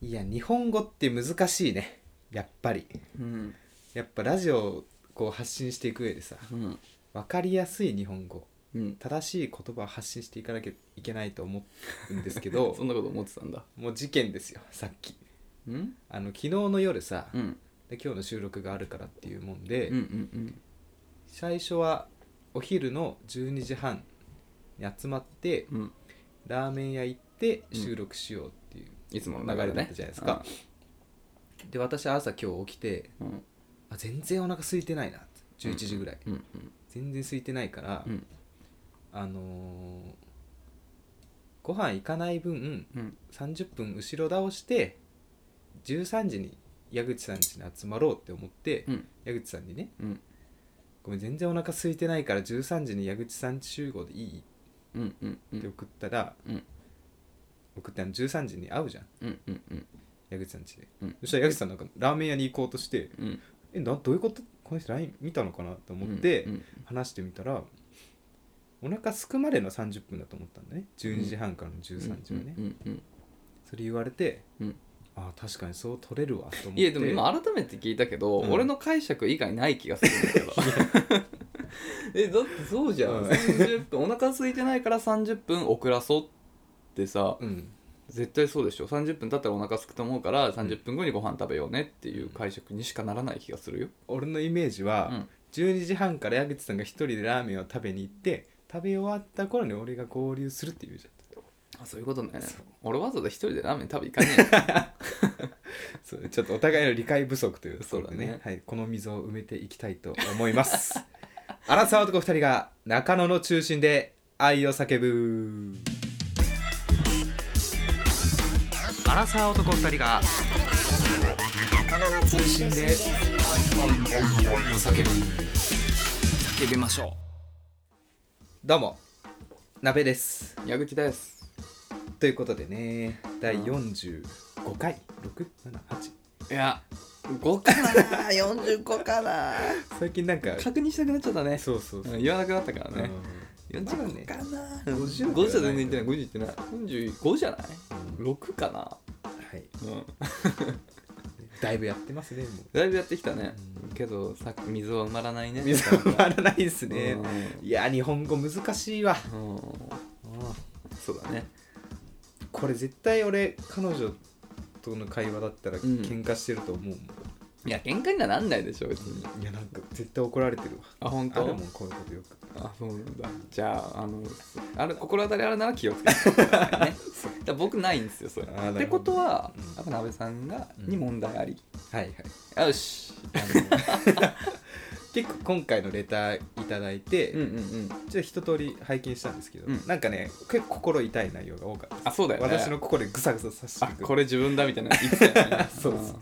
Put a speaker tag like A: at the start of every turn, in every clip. A: いや日本語って難しいねやっぱり
B: うん
A: やっぱラジオをこう発信していく上でさ
B: うん
A: 分かりやすい日本語
B: うん
A: 正しい言葉を発信していかなきゃいけないと思うんですけど
B: そんなこと思ってたんだ
A: もう事件ですよさっき
B: うん
A: あの昨日の夜さ、
B: うん
A: で今日の収録があるからっていうもんで、
B: うんうん
A: 最初はお昼の12時半に集まって
B: うんうん
A: ラーメン屋行って
B: うん
A: 収録しようっていう、
B: いつもの流れ
A: 流れだ
B: ね
A: ったじゃないですかで私は朝今日起きて
B: うんうん
A: あ全然お腹空いてないな11時ぐらい、
B: うん
A: 全然空いてないから、
B: うん
A: あのーご飯行かない分
B: うん
A: 30分後ろ倒して13時に矢口さん家に集まろうって思って、
B: うん
A: 矢口さんにね
B: うん
A: 「ごめん全然お腹空いてないから13時に矢口さん家集合でいい?」
B: うんうんうんう
A: って
B: ん
A: 送ったら、
B: うん
A: 送ったの13時に会うじゃん
B: うんうんうん
A: 矢口さん家で、
B: うん
A: そしたら矢口さんなんかラーメン屋に行こうとして
B: うん
A: 「えなどういうことこの人 LINE 見たのかな?」と思って、
B: うん
A: 話してみたらお腹すくまでの30分だと思ったんだね12時半からの
B: うん
A: 13時はね、
B: うんうん
A: それ言われて、
B: うん
A: ああ確かにそう取れるわと思って
B: いやでも今改めて聞いたけど、
A: うん
B: 俺の解釈以外ない気がするんだけどえだってそうじゃん、
A: うん
B: 30分お腹空いてないから30分遅らそうってさ
A: うん
B: 絶対そうでしょ30分経ったらお腹空くと思うから30分後にご飯食べようねっていう解釈にしかならない気がするよ、
A: 俺のイメージは、
B: うん
A: 12時半から矢口さんが一人でラーメンを食べに行って食べ終わった頃に俺が合流するっていうじゃ
B: あそういうことね
A: そう
B: 俺わざわざ一人でラーメン食べ行かねえよ
A: んそうちょっとお互いの理解不足というところでね
B: そうだね
A: はい、この溝を埋めていきたいと思います 荒沢男二人が中野の中心で愛を叫ぶ荒沢男二人が中心で
B: 叫びましょ
A: どうも鍋です
B: う矢口です
A: ということでね第45回678
B: いや5かな45かな
A: 最近なんか
B: 確認したくなっちゃったね
A: そうそうそう
B: うん言わなくなったからね、
A: まだね
B: 45かな
A: 50
B: 5じゃ全然いってない50いってない45じゃない
A: うん
B: 6かな、
A: はい
B: うん、
A: だいぶやってますねも
B: だいぶやってきたね、
A: う
B: けどさ水は埋まらないね
A: う水は回らないですね
B: う
A: いや日本語難しいわ
B: んうんそうだね
A: これ絶対俺彼女との会話だったら
B: ん
A: 喧嘩してると思うもん、
B: いや喧嘩にはなんないでしょ別に
A: いやなんか絶対怒られてる
B: あ本
A: わある
B: 当
A: もんこういうことよく
B: あそうなんだじゃああのあれ心当たりあるなら気をつけてください ねだから僕ないんですよそれ
A: あーなるほ
B: っ
A: ど
B: てことは
A: うん
B: やっぱ鍋さんが
A: うん
B: に問題あり、
A: はいはい
B: よし
A: あの結構今回のレターいただいて、
B: うんうんうん
A: ちょっと一通り拝見したんですけど、
B: うん
A: なんかね結構心痛い内容が多かったです
B: あそうだよね
A: 私の心ぐさぐささせ
B: あ
A: ていく
B: これ自分だみたいな言ってたよね
A: そうそうそう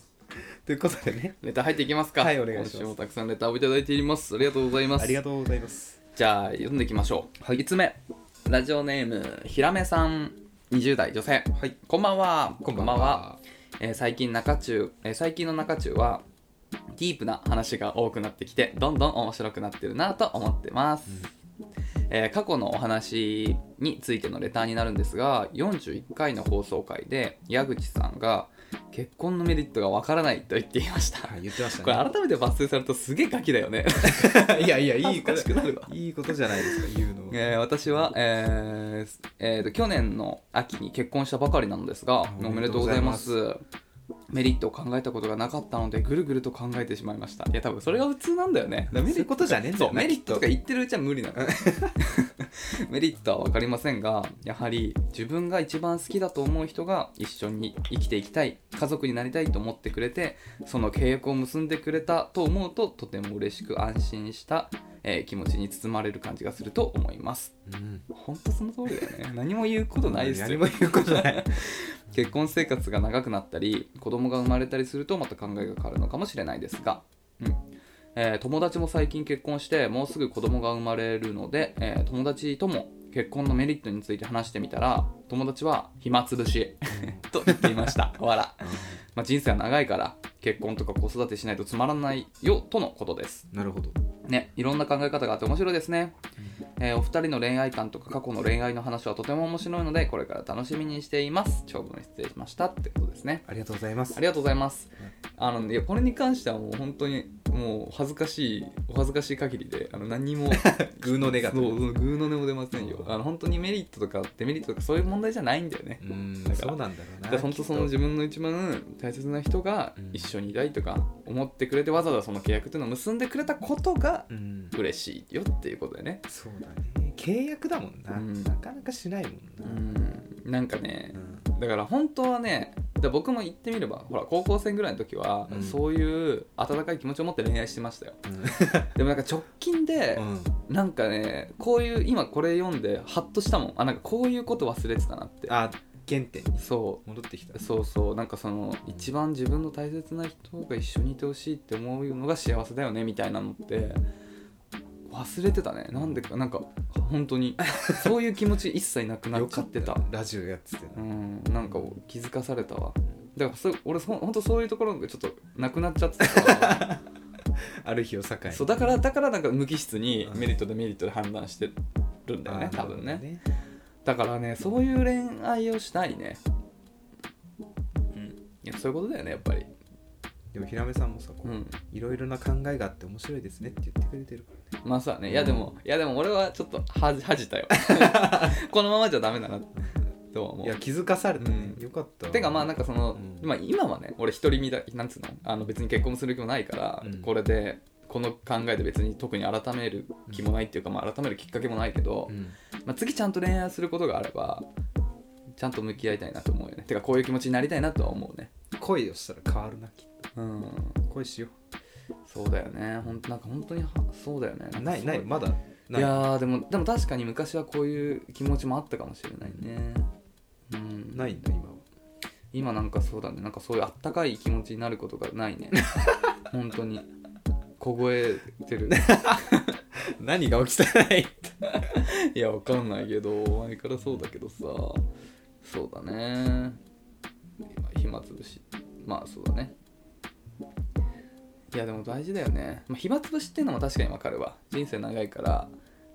A: ということでね
B: レター入っていきますか
A: はいお願いします
B: 今週もたくさんレターをいただいていますありがとうございます
A: ありがとうございます
B: じゃあ読んでいきましょう、はい、5つ目ラジオネームひらめさん20代女性、はい、こんばんは
A: こんばんは
B: えー最近中中、えー最近の中中はディープな話が多くなってきてどんどん面白くなってるなと思ってます、えー過去のお話についてのレターになるんですが41回の放送回で矢口さんが結婚のメリットがわからないと言っていました、
A: はい言ってまし
B: これ
A: たね
B: 改めて抜粋されるとすげえガキだよ ね
A: いやいやい
B: 恥
A: い
B: ず
A: こ
B: かしく
A: と
B: なるわ
A: いいことじゃないですか言うのは
B: えー私は、えーすえーと去年の秋に結婚したばかりなのですが
A: お
B: お
A: め
B: め
A: で
B: で
A: と
B: と
A: う
B: う
A: ご
B: ご
A: ざ
B: ざ
A: い
B: い
A: ま
B: ますすメリットを考えたことがなかったのでぐるぐると考えてしまいましたいや多分それが普通なんだよねだから
A: そ
B: メ
A: うい
B: リ
A: うことじゃねえんだ
B: そ
A: よ
B: う
A: な
B: メリットとか
A: きっ
B: 言ってるうちは無理なの メリットは分かりませんがやはり自分が一番好きだと思う人が一緒に生きていきたい家族になりたいと思ってくれてその契約を結んでくれたと思うととても嬉しく安心した、えー気持ちに包まれる感じがすると思います
A: とうん
B: 本当その通りだよね 何も言うことないですよ
A: 何も言うことない
B: 結婚生活が長くなったり子供が生まれたりするとまた考えが変わるのかもしれないですが、うんえー友達も最近結婚してもうすぐ子供が生まれるので、えー友達とも結婚のメリットについて話してみたら友達は暇つぶし と言っていました笑まあ、人生は長いから結婚とか子育てしないとつまらないよとのことです
A: なるほど
B: ね、いろんな考え方があって面白いですね、えーお二人の恋愛観とか過去の恋愛の話はとても面白いのでこれから楽しみにしています長文失礼しましたってことですね
A: ありがとうございます
B: ありがとうございますあのいやこれに関してはもう本当にもう恥ずかしいお恥ずかしい限りであの何に も
A: グーの音が
B: そうそうグーの音も出ませんよあの本当にメリットとかデメリットとかそういう問題じゃないんだよね
A: うん
B: だから
A: そうなんだろうな
B: だから本当その自分の一番大切な人が
A: うん
B: 一緒にいたいとか思ってくれてわざわざその契約っていうのを結んでくれたことが
A: うん
B: 嬉しいよっていうことでね
A: そうだね契約だもんな、
B: うん
A: なかなかしないもんな、
B: うんなんかね
A: うん
B: だから本当はねだから僕も言ってみればほら高校生ぐらいの時は
A: うん
B: そういう温かい気持ちを持って恋愛してましたよでもなんか直近で
A: うん
B: なんかねこういう今これ読んでハッとしたもんあなんかこういうこと忘れてたなって
A: あ原点に
B: そう
A: 戻ってきた
B: そうそうなんかその一番自分の大切な人が一緒にいてほしいって思うのが幸せだよねみたいなのって忘れてたねなんでかなんか本 当にそういう気持ち一切なくなっちゃってた
A: よかラジオやってて
B: う
A: な、
B: んなんか気づかされたわだからそ俺そ本当そういうところがちょっとなくなっちゃって たから
A: ある日を境に
B: そうだからだからなんか無機質にメリットデメリットで判断してるんだよね
A: あー
B: 多分
A: なる
B: ね
A: ほど
B: だからねそういう恋愛をしたいねうんいやそういうことだよねやっぱり
A: でもひらめさんもさこ
B: う
A: うんいろいろな考えがあって面白いですねって言ってくれてるからね
B: まあそうだねいやでも、いやでも俺はちょっとはじ恥じ たよこのままじゃダメだなとは思
A: いや
B: う
A: 気づかされた、
B: うん
A: よかったわ
B: てかまあなんかその、
A: うん
B: まあ、今はね俺一人身だなんつうのあの別に結婚する気もないから、
A: うん
B: これでこの考えで別に特に改める気もないっていうか、まあ、改めるきっかけもないけど、
A: うん
B: まあ、次ちゃんと恋愛することがあればちゃんと向き合いたいなと思うよねてかこういう気持ちになりたいなとは思うね
A: 恋をしたら変わるなきっ
B: うん
A: と恋しよ
B: そうだよねほんなんか本当にはそうだよね
A: うんない
B: か
A: ないまだ
B: い
A: ない
B: やーでもでも確かに昔はこういう気持ちもあったかもしれないねうん
A: ないんだ今は
B: 今なんかそうだねなんかそういうあったかい気持ちになることがないね本当に凍えてる
A: 何が起きた らいい
B: いやわかんないけど前からそうだけどさそうだね今暇つぶしまあそうだねいやでも大事だよね、まあ、暇つぶしっていうのも確かにわかるわ人生長いから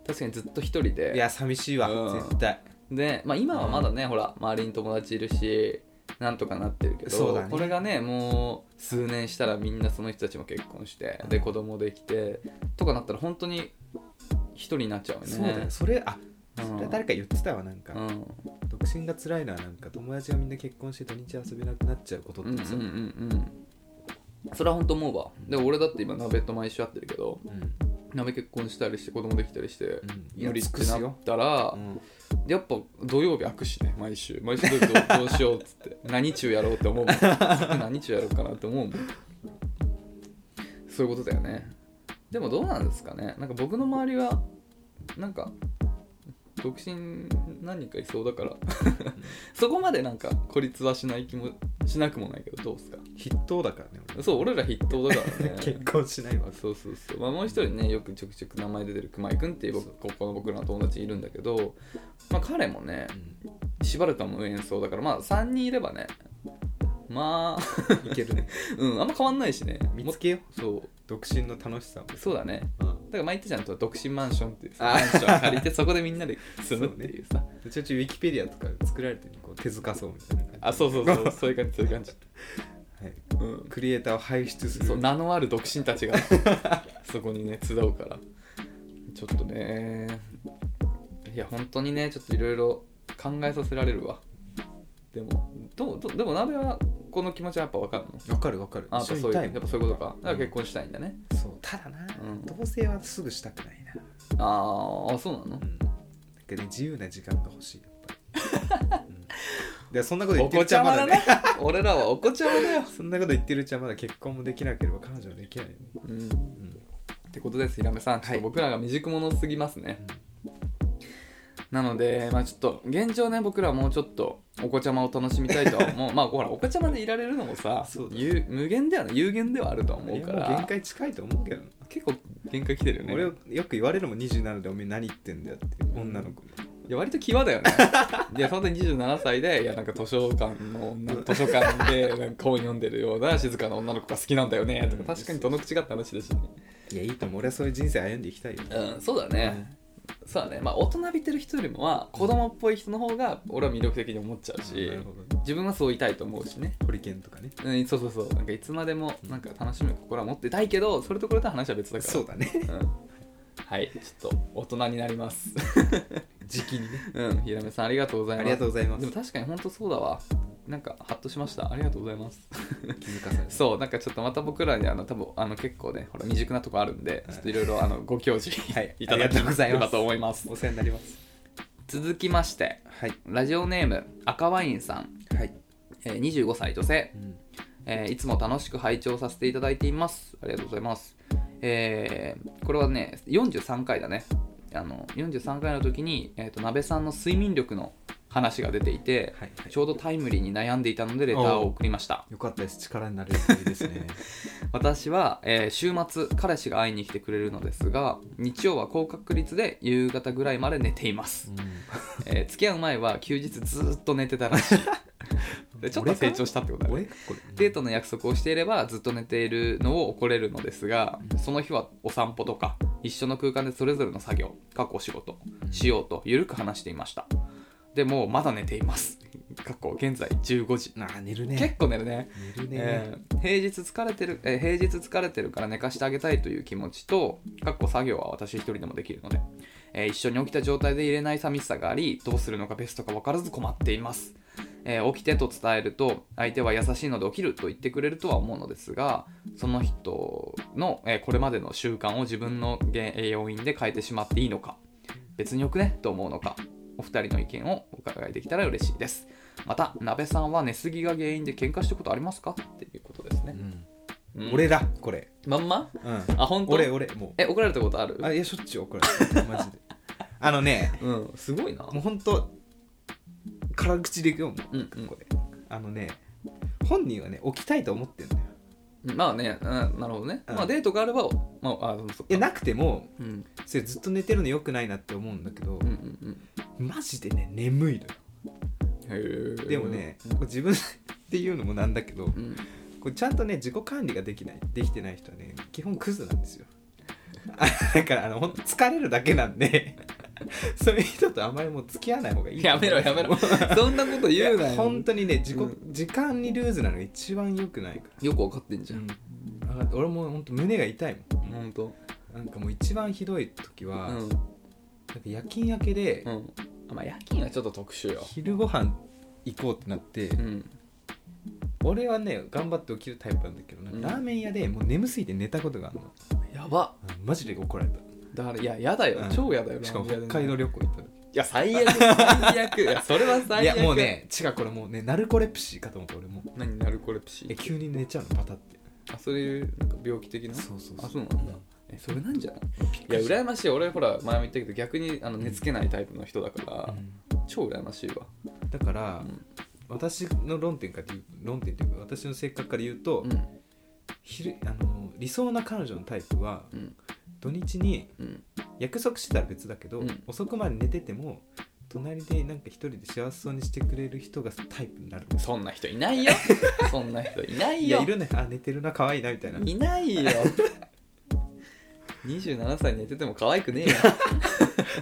B: 確かにずっと一人で
A: いや寂しいわ、
B: うん
A: 絶対
B: で、まあ、今はまだね、ほら周りに友達いるしなんとかなってるけど
A: そうだね
B: これがねもう数年したらみんなその人たちも結婚してで子供できてとかなったら本当に一人になっちゃうよね
A: そうだよそれあ
B: うん
A: それ誰か言ってたわなんか、
B: うん
A: 独身が辛いのはなんか友達がみんな結婚して土日遊べなくなっちゃうことっ
B: うんうん
A: て
B: う
A: さ、
B: んうんそれは本当思うわで俺だって今鍋と毎週会ってるけど
A: うん
B: 鍋結婚したりして子供できたりして
A: うん
B: 無理っ
A: 尽く
B: て
A: す
B: なっ
A: よ
B: たら、
A: うん
B: やっぱ土曜日開くしね毎週毎週どうどうしようっつって 何中やろうって思うもん 何中やろうかなって思うもんそういうことだよねでもどうなんですかねなんか僕の周りはなんか独身何人かいそうだから そこまでなんか孤立はしない気もしなくもないけどどうですか
A: 筆頭だからね俺
B: そう俺ら筆頭だからね
A: 結婚しないわ
B: そうそうそう、まあ、もう一人ねよくちょくちょく名前出てる熊井君っていう僕ここの僕らの友達いるんだけど、まあ、彼もねしばらくは無演奏だからまあ3人いればねまあ
A: いけるね
B: うんあんま変わんないしね
A: 見
B: も
A: つけよ
B: そう
A: 独身の楽しさを
B: そうだね
A: うん
B: だから前言ったじゃんと独身マンションっていうさ
A: あ
B: マンション 借りてそこでみんなで住むっていうさ
A: うちうちウィキペディアとか作られてるのこう手塚層みたいな感じ
B: あそうそうそうそういう感じそういう感じ
A: はい、
B: うん
A: クリエイターを輩出する
B: そう名のある独身 たちがそこにね集うからちょっとねいや本当にねちょっといろいろ考えさせられるわでもどうどうでも鍋はこの気持ちはやっぱ分かるの
A: わかるわかる
B: あやっぱそういうやっ
A: もん
B: ぱそういうことかだから結婚したいんだね、
A: うんそうただな、
B: うん
A: 同棲はすぐしたくないな、
B: ああそうなの
A: うん、なんかね自由な時間が欲しいやっぱり、うん、でそんなこと言
B: お
A: って
B: こ
A: る
B: ち
A: ち
B: ゃ
A: ゃ
B: ま
A: ま
B: だ
A: だ
B: ね
A: ね
B: 俺らはおこちゃまだよ、
A: そんなこと言ってるうちはまだ結婚もできなければ彼女もできないよね、
B: うん、っ
A: うん
B: てことですひらめさんちょっと僕らが未熟者すぎますね、なので、まあ、ちょっと現状ね僕らはもうちょっとお子ちゃまを楽しみたい とは思うまあほらお子ちゃまでいられるのもさ
A: そうだね
B: 有無限ではない有限ではあるとは思う
A: いや
B: か
A: もう
B: ら
A: 限界近いと思うけどな、
B: 結構限界来てるよね
A: 俺をよく言われるもん27でおめえ何言ってんだよっていう女の子に、
B: いや割と際だ よねいやそんな27歳でいやなんか図書館の女図書館でなんか本読んでるような静かな女の子が好きなんだよねとか確かにどの口がって話だしね
A: いやいいと思う俺はそういう人生歩んでいきたいよ
B: うんそうだね、そうだねまあ大人びてる人よりもは子供っぽい人の方が俺は魅力的に思っちゃうし
A: なるほどね
B: 自分はそういたいと思うしね
A: ホリケンとかね
B: うん、そうそうそうなんかいつまでもなんか楽しむ心は持ってたいけどそれとこれとは話は別だから
A: そうだね
B: うん、はいちょっと大人になります
A: 時期にね
B: うんひらめさんありがとうござい
A: あ
B: ます
A: りがとうございます
B: でも確かに本当そうだわなんかハッとしましたありがとうございます
A: 気づかされた
B: そうなんかちょっとまた僕らにあの多分あの結構ねほら未熟なとこあるんで
A: はい
B: ちょっといろいろあのご教示
A: はい
B: いただ
A: ありがとうございます
B: ければと思います
A: お世話になります
B: 続きまして
A: はい
B: ラジオネーム赤ワインさん、
A: はい、
B: えー25歳女性
A: うん、
B: えーいつも楽しく拝聴させていただいています。ありがとうございます。えーこれはね、43回だね。あの43回の時に、えー、と鍋さんの睡眠力の話が出ていて、
A: はいはい
B: ちょうどタイムリーに悩んでいたのでレターを送りました。
A: よかったです力になれるといいですね
B: 私は、えー週末、彼氏が会いに来てくれるのですが、日曜は高確率で夕方ぐらいまで寝ています
A: う。 ん
B: えー付き合う前は休日ずーっと寝てたら しい。でちょっと成長したってことだね。
A: 俺かこれ
B: デートの約束をしていればずっと寝ているのを怒れるのですがその日はお散歩とか一緒の空間でそれぞれの作業過去仕事しようと緩く話していましたでもまだ寝ています 過去現在15時
A: あー寝るね
B: 結構寝るね
A: 寝るね、
B: えー平日疲れてる、えー平日疲れてるから寝かしてあげたいという気持ちとかっこ作業は私一人でもできるので、えー一緒に起きた状態で入れない寂しさがありどうするのかベストか分からず困っています、えー起きてと伝えると相手は優しいので起きると言ってくれるとは思うのですがその人の、えーこれまでの習慣を自分の原えー要因で変えてしまっていいのか別によくねと思うのかお二人の意見をお伺いできたら嬉しいですまた鍋さんは寝すぎが原因で喧嘩したことありますかっていうことですね、
A: う
B: うん
A: ん、俺だこれ、
B: まんま
A: うん、
B: あ本当
A: 俺俺も
B: え怒られたことある
A: うあいやしょっちゅう怒ら れるマジであのね
B: うんすごいな
A: もうほんと辛口でいくよもう、
B: うんうん
A: これあのね本人はね起きたいと思ってるんだよ
B: まあね、うん、なるほどね、
A: うん
B: まあデートがあればまああそっか
A: いやなくても
B: うん
A: それずっと寝てるのよくないなって思うんだけど、
B: うんうん
A: マジでね眠いのよ
B: うんへえ
A: でもね、こう自分っていうのもなんだけど、
B: うん
A: こうちゃんとね自己管理ができないできてない人はね基本クズなんですよ あだからあの本当疲れるだけなんで そういう人とあまりもう付き合わない方がいいと
B: や
A: 思う
B: めろやめろそんなこと
A: いや
B: 言うなよ
A: 本当にね自己、
B: うん
A: 時間にルーズなのが一番良くないか
B: よくわかってんじ
A: ら、
B: ゃん、
A: あ俺も本当胸が痛いもん、
B: 本当
A: なんかもう一番ひどい時
B: う
A: は、なん
B: ん
A: か夜勤明けで、
B: うんあまあ夜勤はちょっと特殊よ
A: 昼ご飯行こうってなって、
B: うん
A: 俺はね頑張って起きるタイプなんだけど、なんか
B: うん
A: ラーメン屋でもう眠すぎて寝たことがあるの
B: やば
A: あマジで怒られた
B: だからいややだよ、
A: うん
B: 超やだよ
A: しかも北海道旅行行った時
B: いや最悪最悪 いやそれは最悪
A: いやもうね違うこれもうねナルコレプシーかと思って俺も
B: 何ナルコレプシ
A: え
B: ー
A: 急に寝ちゃうのパタって
B: あそういうなんか病気的な
A: そうそうそう
B: あそうなんだえそれなんじゃないいや
A: びっくりした
B: 羨ましい俺ほら前も言ったけど逆にあの寝つけないタイプの人だから、
A: う
B: 超羨ましいわ
A: んだから、
B: うん
A: 私の論点から言う論点というか私の性格から言うと、
B: うん
A: 昼あの理想な彼女のタイプは
B: うん
A: 土日に
B: うん
A: 約束してたら別だけど、
B: うん
A: 遅くまで寝てても隣でなんか一人で幸せそうにしてくれる人がタイプになるんです
B: そんな人いな いよそんな人いない
A: い
B: よ
A: やいるねあ寝てるな可愛いなみたいない
B: ないよ27歳寝てても可愛くねえよ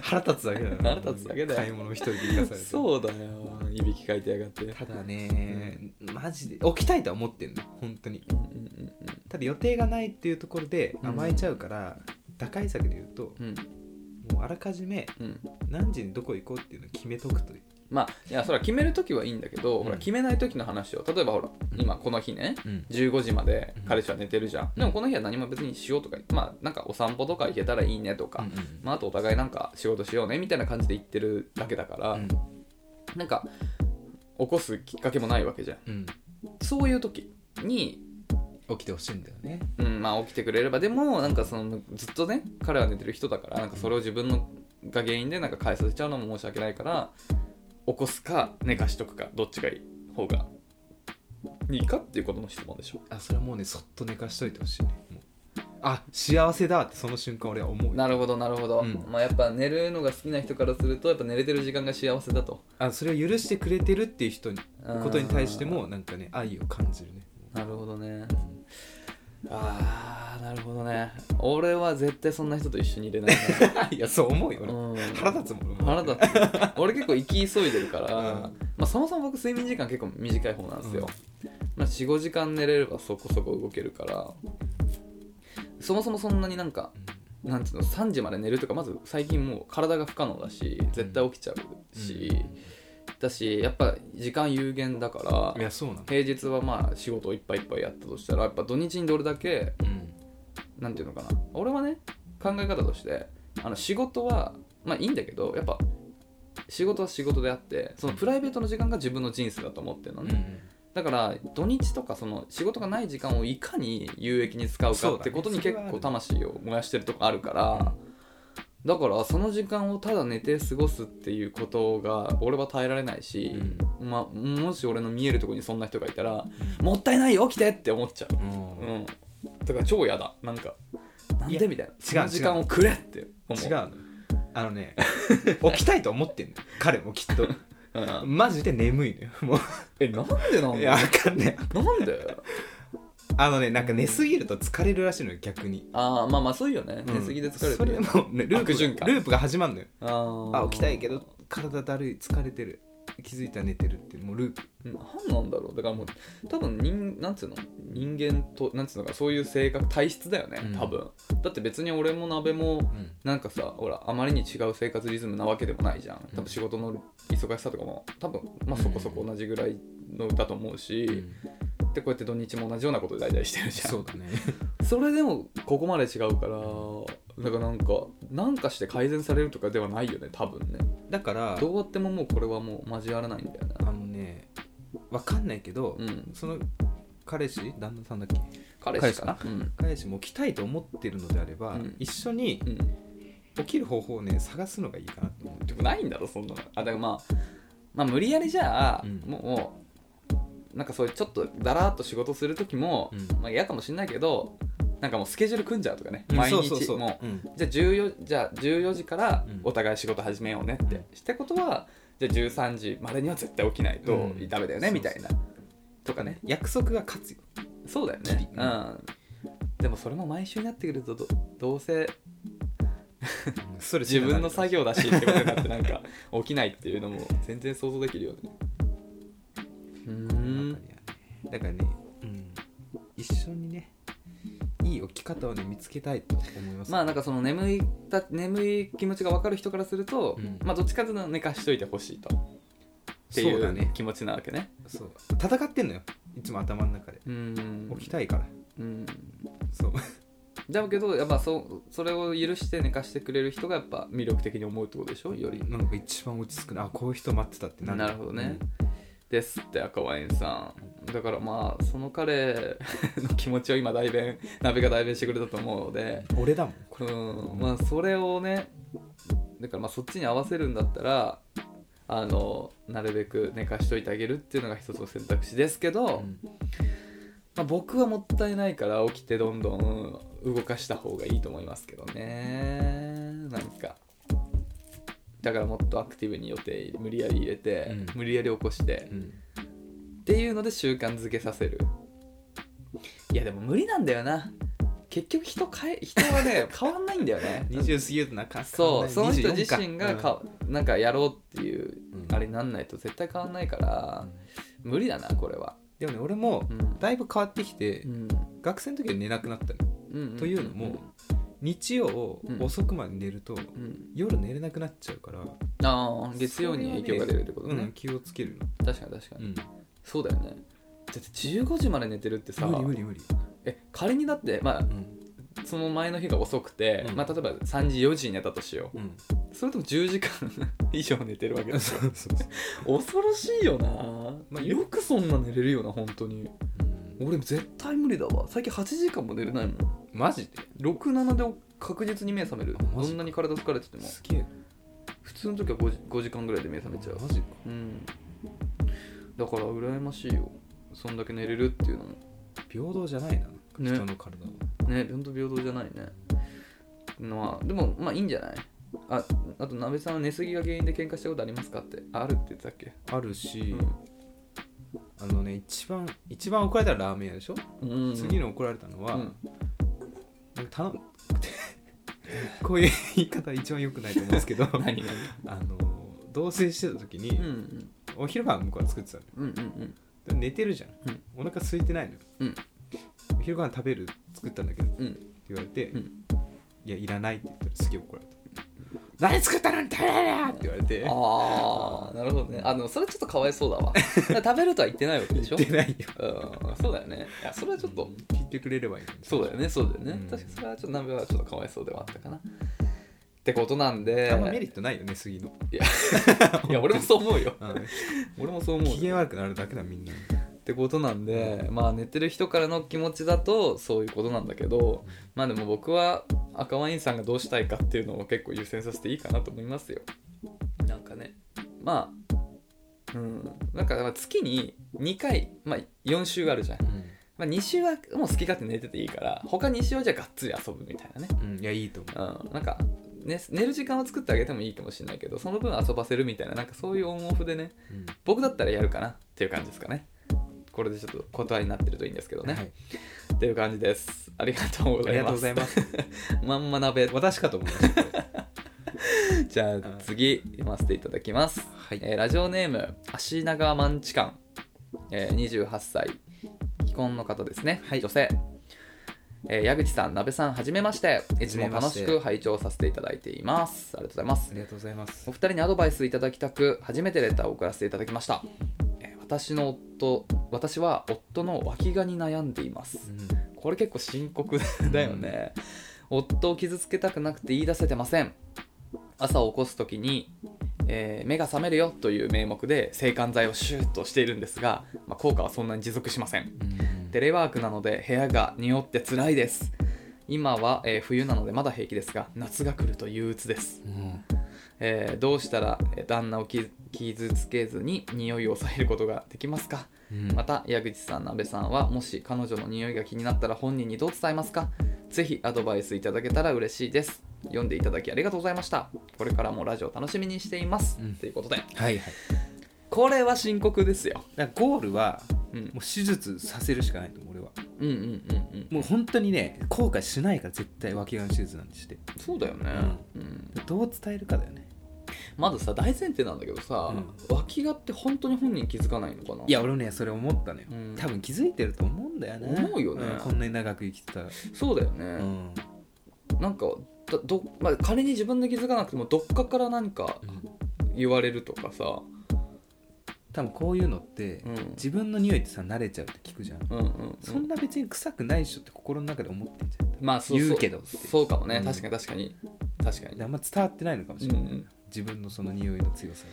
A: 腹立つだけだよな
B: 腹立つだけだよ
A: 買い物一人で行かされて
B: そうだよいびきかいてやがって
A: ただね、マジで起きたいとは思ってんの本当に
B: うんうん
A: ただ予定がないっていうところで
B: うん
A: 甘えちゃうから、打開策で言うと
B: うんうん
A: もうあらかじめ
B: うんうん
A: 何時にどこ行こうっていうのを決めとくという、
B: まあいやそれは決める時はいいんだけど、
A: うん
B: ほら決めない時の話を例えばほら今この日ね
A: うん
B: 15時まで
A: うん
B: 彼氏は寝てるじゃん、でもこの日は何も別にしようとかまあなんかお散歩とか行けたらいいねとか、まあ、あとお互いなんか仕事しようねみたいな感じで言ってるだけだから、
A: うん
B: なんか起こすきっかけもないわけじゃん
A: うん
B: そういう時に、
A: 起きてほしいんだよね
B: うんまあ、起きてくれればでもなんかそのずっとね彼は寝てる人だからなんかそれを自分のが原因でなんか返させちゃうのも申し訳ないから起こすか寝かしとくかどっちがいい方がいいかっていうことの質問でしょ
A: あそれはもうねそっと寝かしといてほしいねもうあ幸せだってその瞬間俺は思う
B: なるほどなるほど、
A: うん
B: まあやっぱ寝るのが好きな人からするとやっぱ寝れてる時間が幸せだと
A: あそれを許してくれてるっていう人に
B: あー
A: ことに対してもなんかね愛を感じるね
B: なるほどねあーなるほどね俺は絶対そんな人と一緒にいれない
A: いやそう思うよな、
B: な、うん、
A: 腹立つもん
B: 腹立つ俺結構行き急いでるから、
A: うん
B: まあ、そもそも僕睡眠時間結構短い方なんですよ、まあ、45時間寝れればそこそこ動けるからそもそもそんなになんかなんていうの3時まで寝るとかまず最近もう体が不可能だし絶対起きちゃうし、だしやっぱ時間有限だか
A: い
B: ら
A: やそうなんだ、
B: 平日はまあ仕事をいっぱいいっぱいやったとしたらやっぱ土日にどれだけ
A: うん
B: なんていうのかな俺はね考え方としてあの仕事はまあいいんだけどやっぱ仕事は仕事であってそのプライベートの時間が自分の人生だと思ってるの
A: う
B: ね、
A: ん
B: だから土日とかその仕事がない時間をいかに有益に使う
A: そう
B: か
A: だね
B: ってことに
A: それ
B: 結
A: はある
B: 構魂を燃やしてるとこあるからだからその時間をただ寝て過ごすっていうことが俺は耐えられないし、まあ、もし俺の見えるところにそんな人がいたらもったいないよ起きてって思っちゃう
A: うん
B: うん、だから超嫌だなんかなん
A: い
B: で
A: や
B: みたいな
A: う
B: その時間をくれって思う
A: 違うのあの ね起きたいと思ってんのよ彼もきっと
B: うん
A: マジで眠いのよも
B: えなんでな
A: うんい
B: だ
A: やわかんない
B: なんで
A: あのねなんか寝すぎると疲れるらしいのよ逆に
B: ああまあまあそういうよね寝すぎで疲れ
A: そ
B: て
A: れ
B: る、
A: もねループ
B: 悪循環
A: ループが始まるのよ
B: あー
A: あ起きたいけど体だるい疲れてる気づいたら寝てるってもうループ
B: なんなんだろうだからもう多分人なんつうの人間となんつうのかそういう性格体質だよね
A: うん
B: 多分、だって別に俺も鍋も
A: うん
B: なんかさほらあまりに違う生活リズムなわけでもないじゃん
A: うん
B: 多分仕事の忙しさとかも多分、まあ、そこそこ同じぐらいのだと思うし、でこうやって土日も同じようなことで大体してるじゃん
A: そうだね
B: それでもここまで違うからだからなんかなんかして改善されるとかではないよね多分ね
A: だから
B: どうやってももうこれはもう交わらないんだよ
A: あ
B: な
A: のねわかんないけど
B: うん
A: その彼氏旦那さんだっけ
B: 彼氏かなうん
A: 彼氏も起きたいと思ってるのであれば、
B: うん
A: 一緒に
B: うん
A: 起きる方法をね探すのがいいかなと思う
B: でもないんだろそんなのあだからまあまあ無理やりじゃあ、
A: うん
B: もうなんかそういうちょっとだらーっと仕事する時も、
A: うん
B: まあ嫌かもしんないけどなんかもうスケジュール組んじゃうとかね、
A: うん
B: 毎日
A: そ
B: もう
A: うそうそううん
B: じゃあ14じゃあ14時から
A: うん
B: お互い仕事始めようねって、
A: うん
B: してことはじゃあ13時までには絶対起きないと
A: うん
B: ダメだよね、みたいなとかね
A: 約束が勝つよ
B: そうだよねうんでもそれも毎週になってくるとどどうせ
A: それ
B: 自分の作業だしってことになってなんか起きないっていう のも全然想像できるよねうーん
A: だからね、うん、一緒にねいい起き方をね見つけたいと思います
B: まあなんかその眠いた眠い気持ちが分かる人からすると、
A: うん
B: まあどっちかというと寝かしといてほしいとってい
A: そうだ
B: う
A: ね
B: 気持ちなわけね
A: そう戦ってんのよいつも頭の中で
B: うーん
A: 起きたいから
B: うん
A: そう
B: だけどやっぱそそれを許して寝かしてくれる人がやっぱ魅力的に思うってことでしょより
A: なんか一番落ち着くなあこういう人待ってたって
B: な
A: る
B: るほどね、ですって赤ワインさんだからまあその彼の気持ちを今代弁鍋が代弁してくれたと思うので
A: うん俺だもん
B: うんまあそれをねだからまあそっちに合わせるんだったらあのなるべく寝かしといてあげるっていうのが一つの選択肢ですけど、まあ、僕はもったいないから起きてどんどん動かした方がいいと思いますけどねなんかだからもっとアクティブに予定無理やり入れて、
A: うん
B: 無理やり起こして、
A: うん
B: っていうので習慣づけさせるいやでも無理なんだよな結局人変え人は ね変わんないんだよね
A: 20過ぎるとなんか
B: そうその人
A: 24
B: 自
A: か
B: 身がか、なんかやろうっていう
A: うん
B: あれになんないと絶対変わんないから無理だなこれは、
A: でもね俺も
B: うん
A: だいぶ変わってきて、
B: うん
A: 学生の時は寝なくなったの
B: うん
A: というのも日曜
B: うん
A: 遅くまで寝ると、
B: うん
A: 夜寝れなくなっちゃうから
B: ああ月曜に影響が出るってことね、
A: うん、気をつける
B: 確かに確か
A: の、
B: に、そうだよねだって15時まで寝てるってさ
A: 無理無理無理、
B: え仮にだって、まあ、
A: ん
B: その前の日が遅くて、
A: うん
B: まあ、例えば3時4時に寝たとしよ
A: うん、
B: うそれとも10時間以上寝てるわけだ
A: そうそうそう、
B: 恐ろしいよな、
A: まあ
B: よくそんな寝れるよな本当に
A: うん
B: 俺絶対無理だわ最近8時間も寝れないもん
A: マジで
B: 67で確実に目覚める
A: あマジ
B: ど
A: か
B: んなに体疲れてても
A: すげえ
B: 普通の時は 5, 時5時間ぐらいで目覚めちゃう
A: マジか
B: うんだから羨ましいよそんだけ寝れるっていうのも
A: 平等じゃないな
B: ね
A: 人の体は、
B: ねほんと平等じゃないねまあでもまあいいんじゃないああと鍋さんは寝すぎが原因で喧嘩したことありますかってあるって言ってたっけ
A: あるし、
B: うん
A: ああのね一番一番怒られたらラーメン屋でしょ、
B: うん
A: 次の怒られたのは、
B: うん
A: なんか頼む こういう言い方一番良くないと思うんですけどあ
B: 何
A: の同棲してた時に、
B: うんうん
A: お昼飯向こうは作ってたのよ
B: うんうん
A: でも寝てるじゃん、お腹空いてないのよ
B: うん
A: お昼飯食べる作ったんだけどって
B: うんうん
A: 言われて、
B: うん
A: いやいらないって言ったらすげえ怒られた何作ったのに食べれよって言われて
B: ああなるほどねあのそれちょっとかわいそう だわ食べるとは言ってないわけでしょ
A: 言ってないよ
B: うんそうだよねいやそれはちょっと
A: 聞いてくれればいいのに
B: そうだよねそうだよね、
A: うん
B: 確かにそれはちょっと鍋はちょっとかわいそうではあったかなってことなんで
A: あんまメリットないよね杉の、
B: いや俺もそう思うよ
A: うん、
B: 俺もそう思う
A: 機嫌悪くなるだけだみんな
B: ってことなんでまあ寝てる人からの気持ちだとそういうことなんだけどまあでも僕は赤ワインさんがどうしたいかっていうのを結構優先させていいかなと思いますよなんかねまあうんなんかまあ月に2回、まあ、4週あるじゃん、まあ、2週はもう好き勝手寝てていいから他2週はじゃあがっつり遊ぶみたいなね
A: うん、いやいいと思
B: うん、なんか、ね、寝る時間を作ってあげてもいいかもしれないけどその分遊ばせるみたいななんかそういうオンオフでね
A: う、うん
B: 僕だったらやるかなっていう感じですかねこれでちょっと断りになってるといいんですけどね、
A: はい
B: っていう感じですありがとうご
A: あ
B: ざ
A: り
B: い
A: がとう
B: ま
A: ござ
B: す
A: います。
B: まんま鍋
A: 私かと思いました。
B: じゃあ次読ませていただきます、
A: はい
B: えーラジオネーム足長マンチカン、えー、28歳既婚の方ですね、女性えー矢口さん、鍋さん、はじめまして。いつも楽しく拝聴させていただいています。ありがとうございます
A: あ。りがとうございま
B: お
A: す。
B: 二人にアドバイスいただきたく初めてレターを送らせていただきました、えー私の夫私は夫の脇がに悩んでいますこれ結構深刻だよね、夫を傷つけたくなくて言い出せてません朝起こす時に、えー目が覚めるよという名目で制汗剤をシューッとしているんですが、まあ効果はそんなに持続しません
A: うん
B: テレワークなので部屋が匂って辛いです今は、えー冬なのでまだ平気ですが夏が来ると憂鬱です
A: うん
B: えーどうしたらえー旦那をき傷つけずに匂いを抑えることができますか
A: うん
B: また矢口さん、鍋さんはもし彼女の匂いが気になったら本人にどう伝えますかぜひアドバイスいただけたら嬉しいです読んでいただきありがとうございましたこれからもラジオ楽しみにしています、
A: うん
B: ということで
A: はいはい。
B: これは深刻ですよ、
A: だからゴールは
B: うん、
A: もう手術させるしかないと思う俺は。
B: うんうんうんうん
A: もう本当にね後悔しないから絶対脇が手術なんてして。
B: そうだよね、うん、
A: どう伝えるかだよね。
B: まずさ大前提なんだけどさ、脇がって本当に本人気づかないのかない
A: や俺ねそれ思ったのよ
B: うん。
A: 多分気づいてると思うんだよね。
B: 思うよね
A: んこんなに長く生きてたら。
B: そうだよね、
A: うん
B: なんかどど、まあ、仮に自分で気づかなくてもどっかから何か言われるとかさ、
A: 多分こういうのって
B: うん、
A: 自分の匂いってさ慣れちゃうって聞くじゃん。
B: うんうんうん
A: そんな別に臭くないっしょって心の中で思ってんじゃん。
B: まあそう
A: 言うけどって
B: そうそうかもね、
A: うん
B: 確かに確かに確か
A: で
B: に
A: あんま伝わってないのかもしれない、
B: うんうん
A: 自分のその匂いの強さ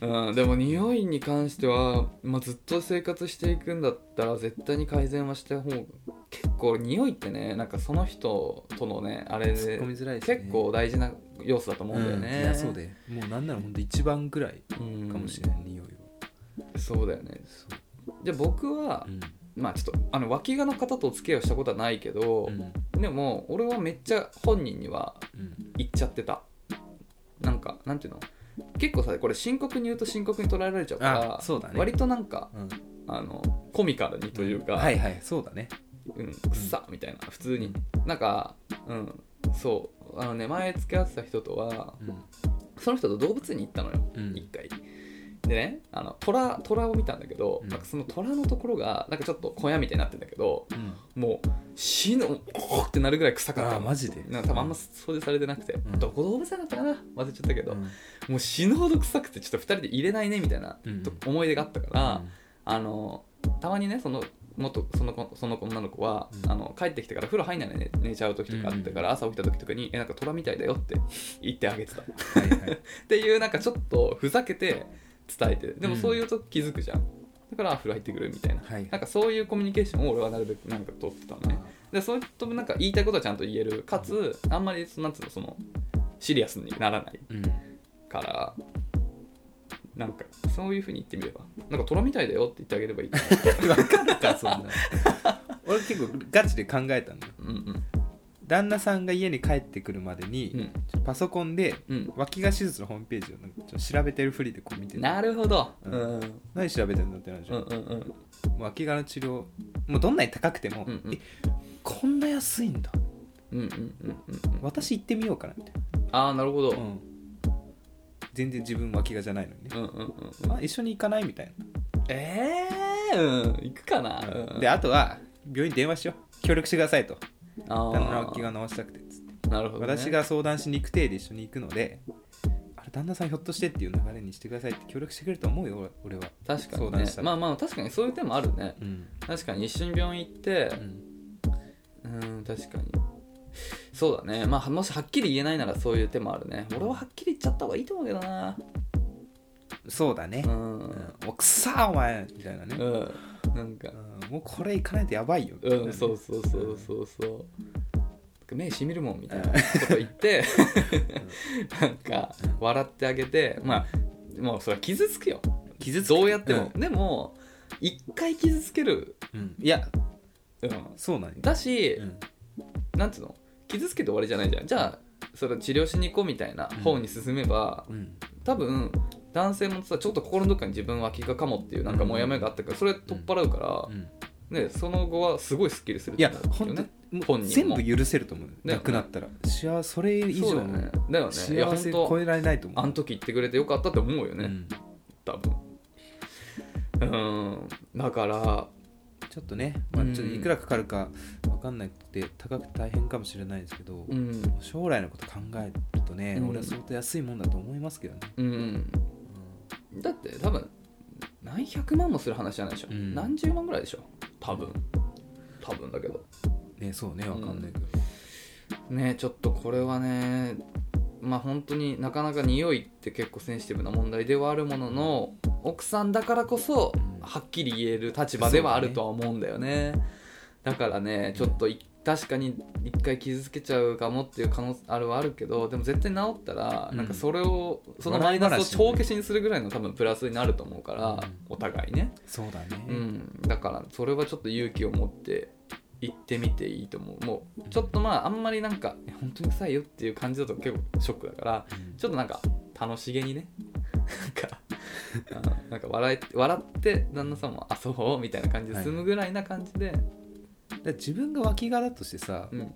B: うん、でも匂いに関しては、まあ、ずっと生活していくんだったら絶対に改善はした方が結構匂いってねなんかその人とのねあれ
A: が突っ
B: で
A: 込みづらいし、ね、
B: 結構大事な要素だと思うんだよね、
A: いやそうでもうなんならほんと一番ぐらい
B: うん
A: かもしれない、匂いは
B: そうだよね
A: そう、
B: じゃあ僕は、
A: ん
B: まあちょっとあの脇がの方とお付き合いをしたことはないけど、
A: うん
B: でも俺はめっちゃ本人には
A: うん
B: 言っちゃってたなんかなんていうの結構さこれ深刻に言うと深刻に捉えられちゃうから
A: あそうだね
B: 割となんか
A: うん、
B: あのコミカルにというか、
A: はいはいそうだね
B: うん、くっさみたいな普通になんかうんそうあのね前付き合ってた人とは
A: うん
B: その人と動物園に行ったのよ
A: うん
B: 一回でねあの虎虎を見たんだけど、
A: うん
B: なんかその虎のところがなんかちょっと小屋みたいになってんだけど
A: うん
B: もう死のおーってなるぐらい臭かった
A: あ
B: の
A: ーマジで
B: なんか多分あんま掃除されてなくて、
A: うん
B: どこ動物園だったかな忘れちゃったけど、
A: うん
B: もう死ぬほど臭くてちょっと2人で入れないねみたいな
A: うん
B: と思い出があったから、あのたまにねその元その子その女の子は、
A: うん
B: あの帰ってきてから風呂入んないで寝寝ちゃう時とかあったから、朝起きた時とかに「えなんか虎みたいだよ」って 言ってあげてたっ
A: はいはい
B: ていうなんかちょっとふざけて伝えてでも
A: うん
B: そういうと気づくじゃん、だからあ風呂入ってくるみたいな、
A: はい
B: なんかそういうコミュニケーションを俺はなるべくなんか取ってたのねでそういうとなんか言いたいことはちゃんと言えるかつあんまりなんつうのそのシリアスにならない
A: うん
B: からなんかそういうふうに言ってみればなんか虎みたいだよって言ってあげればいいかな
A: わかるかそんな俺結構ガチで考えたんだよ
B: うんうん
A: 旦那さんが家に帰ってくるまで
B: う
A: に、
B: ん
A: パソコンで
B: うん
A: 脇が手術のホームページをなんかちょっと調べてるふりでこう見て
B: なるほど
A: う
B: うんんうん
A: 何調べてんのってなるじ
B: う
A: ゃ
B: ん
A: ん、
B: うん
A: もう脇がの治療もうどんなに高くても、
B: うんうん
A: えこんな安いんだ
B: うんうんうんうん
A: 私行ってみようかなみたい
B: ああなるほどう
A: な、うんん、全然自分脇がじゃないのにね、
B: うんうんうん
A: あ一緒に行かないみたい
B: ええうん行くかな
A: な、
B: うん
A: であとは病院に電話しよう協力してくださいと
B: あ
A: 旦那の
B: ー
A: 脇が治したくてっつって
B: なるほどね
A: 私が相談しに行く体で一緒に行くのであれ旦那さんひょっとしてっていう流れにしてくださいって協力してくれると思うよ俺俺は、
B: 確かに
A: 相談
B: ね
A: したり
B: まあまあ確かにそういう手もあるね
A: うん
B: 確かに一緒に病院行ってうん確かにそうだねまあもしはっきり言えないならそういう手もあるね俺ははっきり言っちゃった方がいいと思うけどな
A: そうだね
B: う、
A: うんんおくさーお前みたいなね、
B: うんなんか
A: うんもうこれ行かないとやばいよみたいなね
B: うんそうそうそうそうそう目しみるもんみたいなこと言ってなんか笑ってあげてまあもうそれは傷つくよ傷つくどうやっても、
A: う
B: でも一回傷つける、
A: うんいや
B: うん、
A: そうなんよ
B: だし、
A: うん
B: なんつうの傷つけて終わりじゃないじゃんじゃあそれ治療しに行こうみたいな方に進めば、
A: うん
B: 多分男性もさちょっと心のどっかに自分は気がかもっていうなんかモヤモヤがあったからそれ取っ払うか
A: う
B: ら、
A: ん
B: ね、その後はすごいスッキリする
A: いや
B: と思
A: 本
B: うよ
A: 当
B: ね
A: もう
B: 本人
A: 全
B: も
A: 部許せると思う、
B: ね
A: なくなったら幸せそれ以
B: そう
A: 上
B: だよね
A: の
B: だよねい
A: 幸
B: や本
A: せ超
B: 当
A: えられないと思う
B: あの時言ってくれてよかったって思うよね、
A: うん
B: 多分うんだから
A: ちょっとね、まあ、
B: うん
A: ちょっといくらかかるかわかんなくて高くて大変かもしれないですけど、
B: うん
A: 将来のこと考えるとね、
B: うん
A: 俺は相当安いもんだと思いますけどね、
B: うんだって多分何百万もする話じゃないでしょ、
A: うん
B: 何十万ぐらいでしょ多分多分だけど
A: ねそうねわかんないけど、
B: ねちょっとこれはねまあ本当になかなか匂いって結構センシティブな問題ではあるものの奥さんだからこそ
A: うん
B: はっきり言える立場ではあるとは思うんだよねだからねちょっとい確かに一回傷つけちゃうかもっていう可能性あるはあるけどでも絶対治ったら
A: うん
B: なんかそれを、そのマイナスを帳消しにするぐらいの多分プラスになると思うから、
A: うん
B: お互いね、
A: そうだね、
B: うん、だからそれはちょっと勇気を持って行ってみていいと思うもうちょっとまああんまりなんかえ本当に臭いよっていう感じだと結構ショックだから
A: うん
B: ちょっとなんか楽しげにねなんかあなんか笑え笑って旦那さんも「あそう?」みたいな感じで済むぐらいな感じで、
A: だから自分が脇がだとしてさ、
B: うん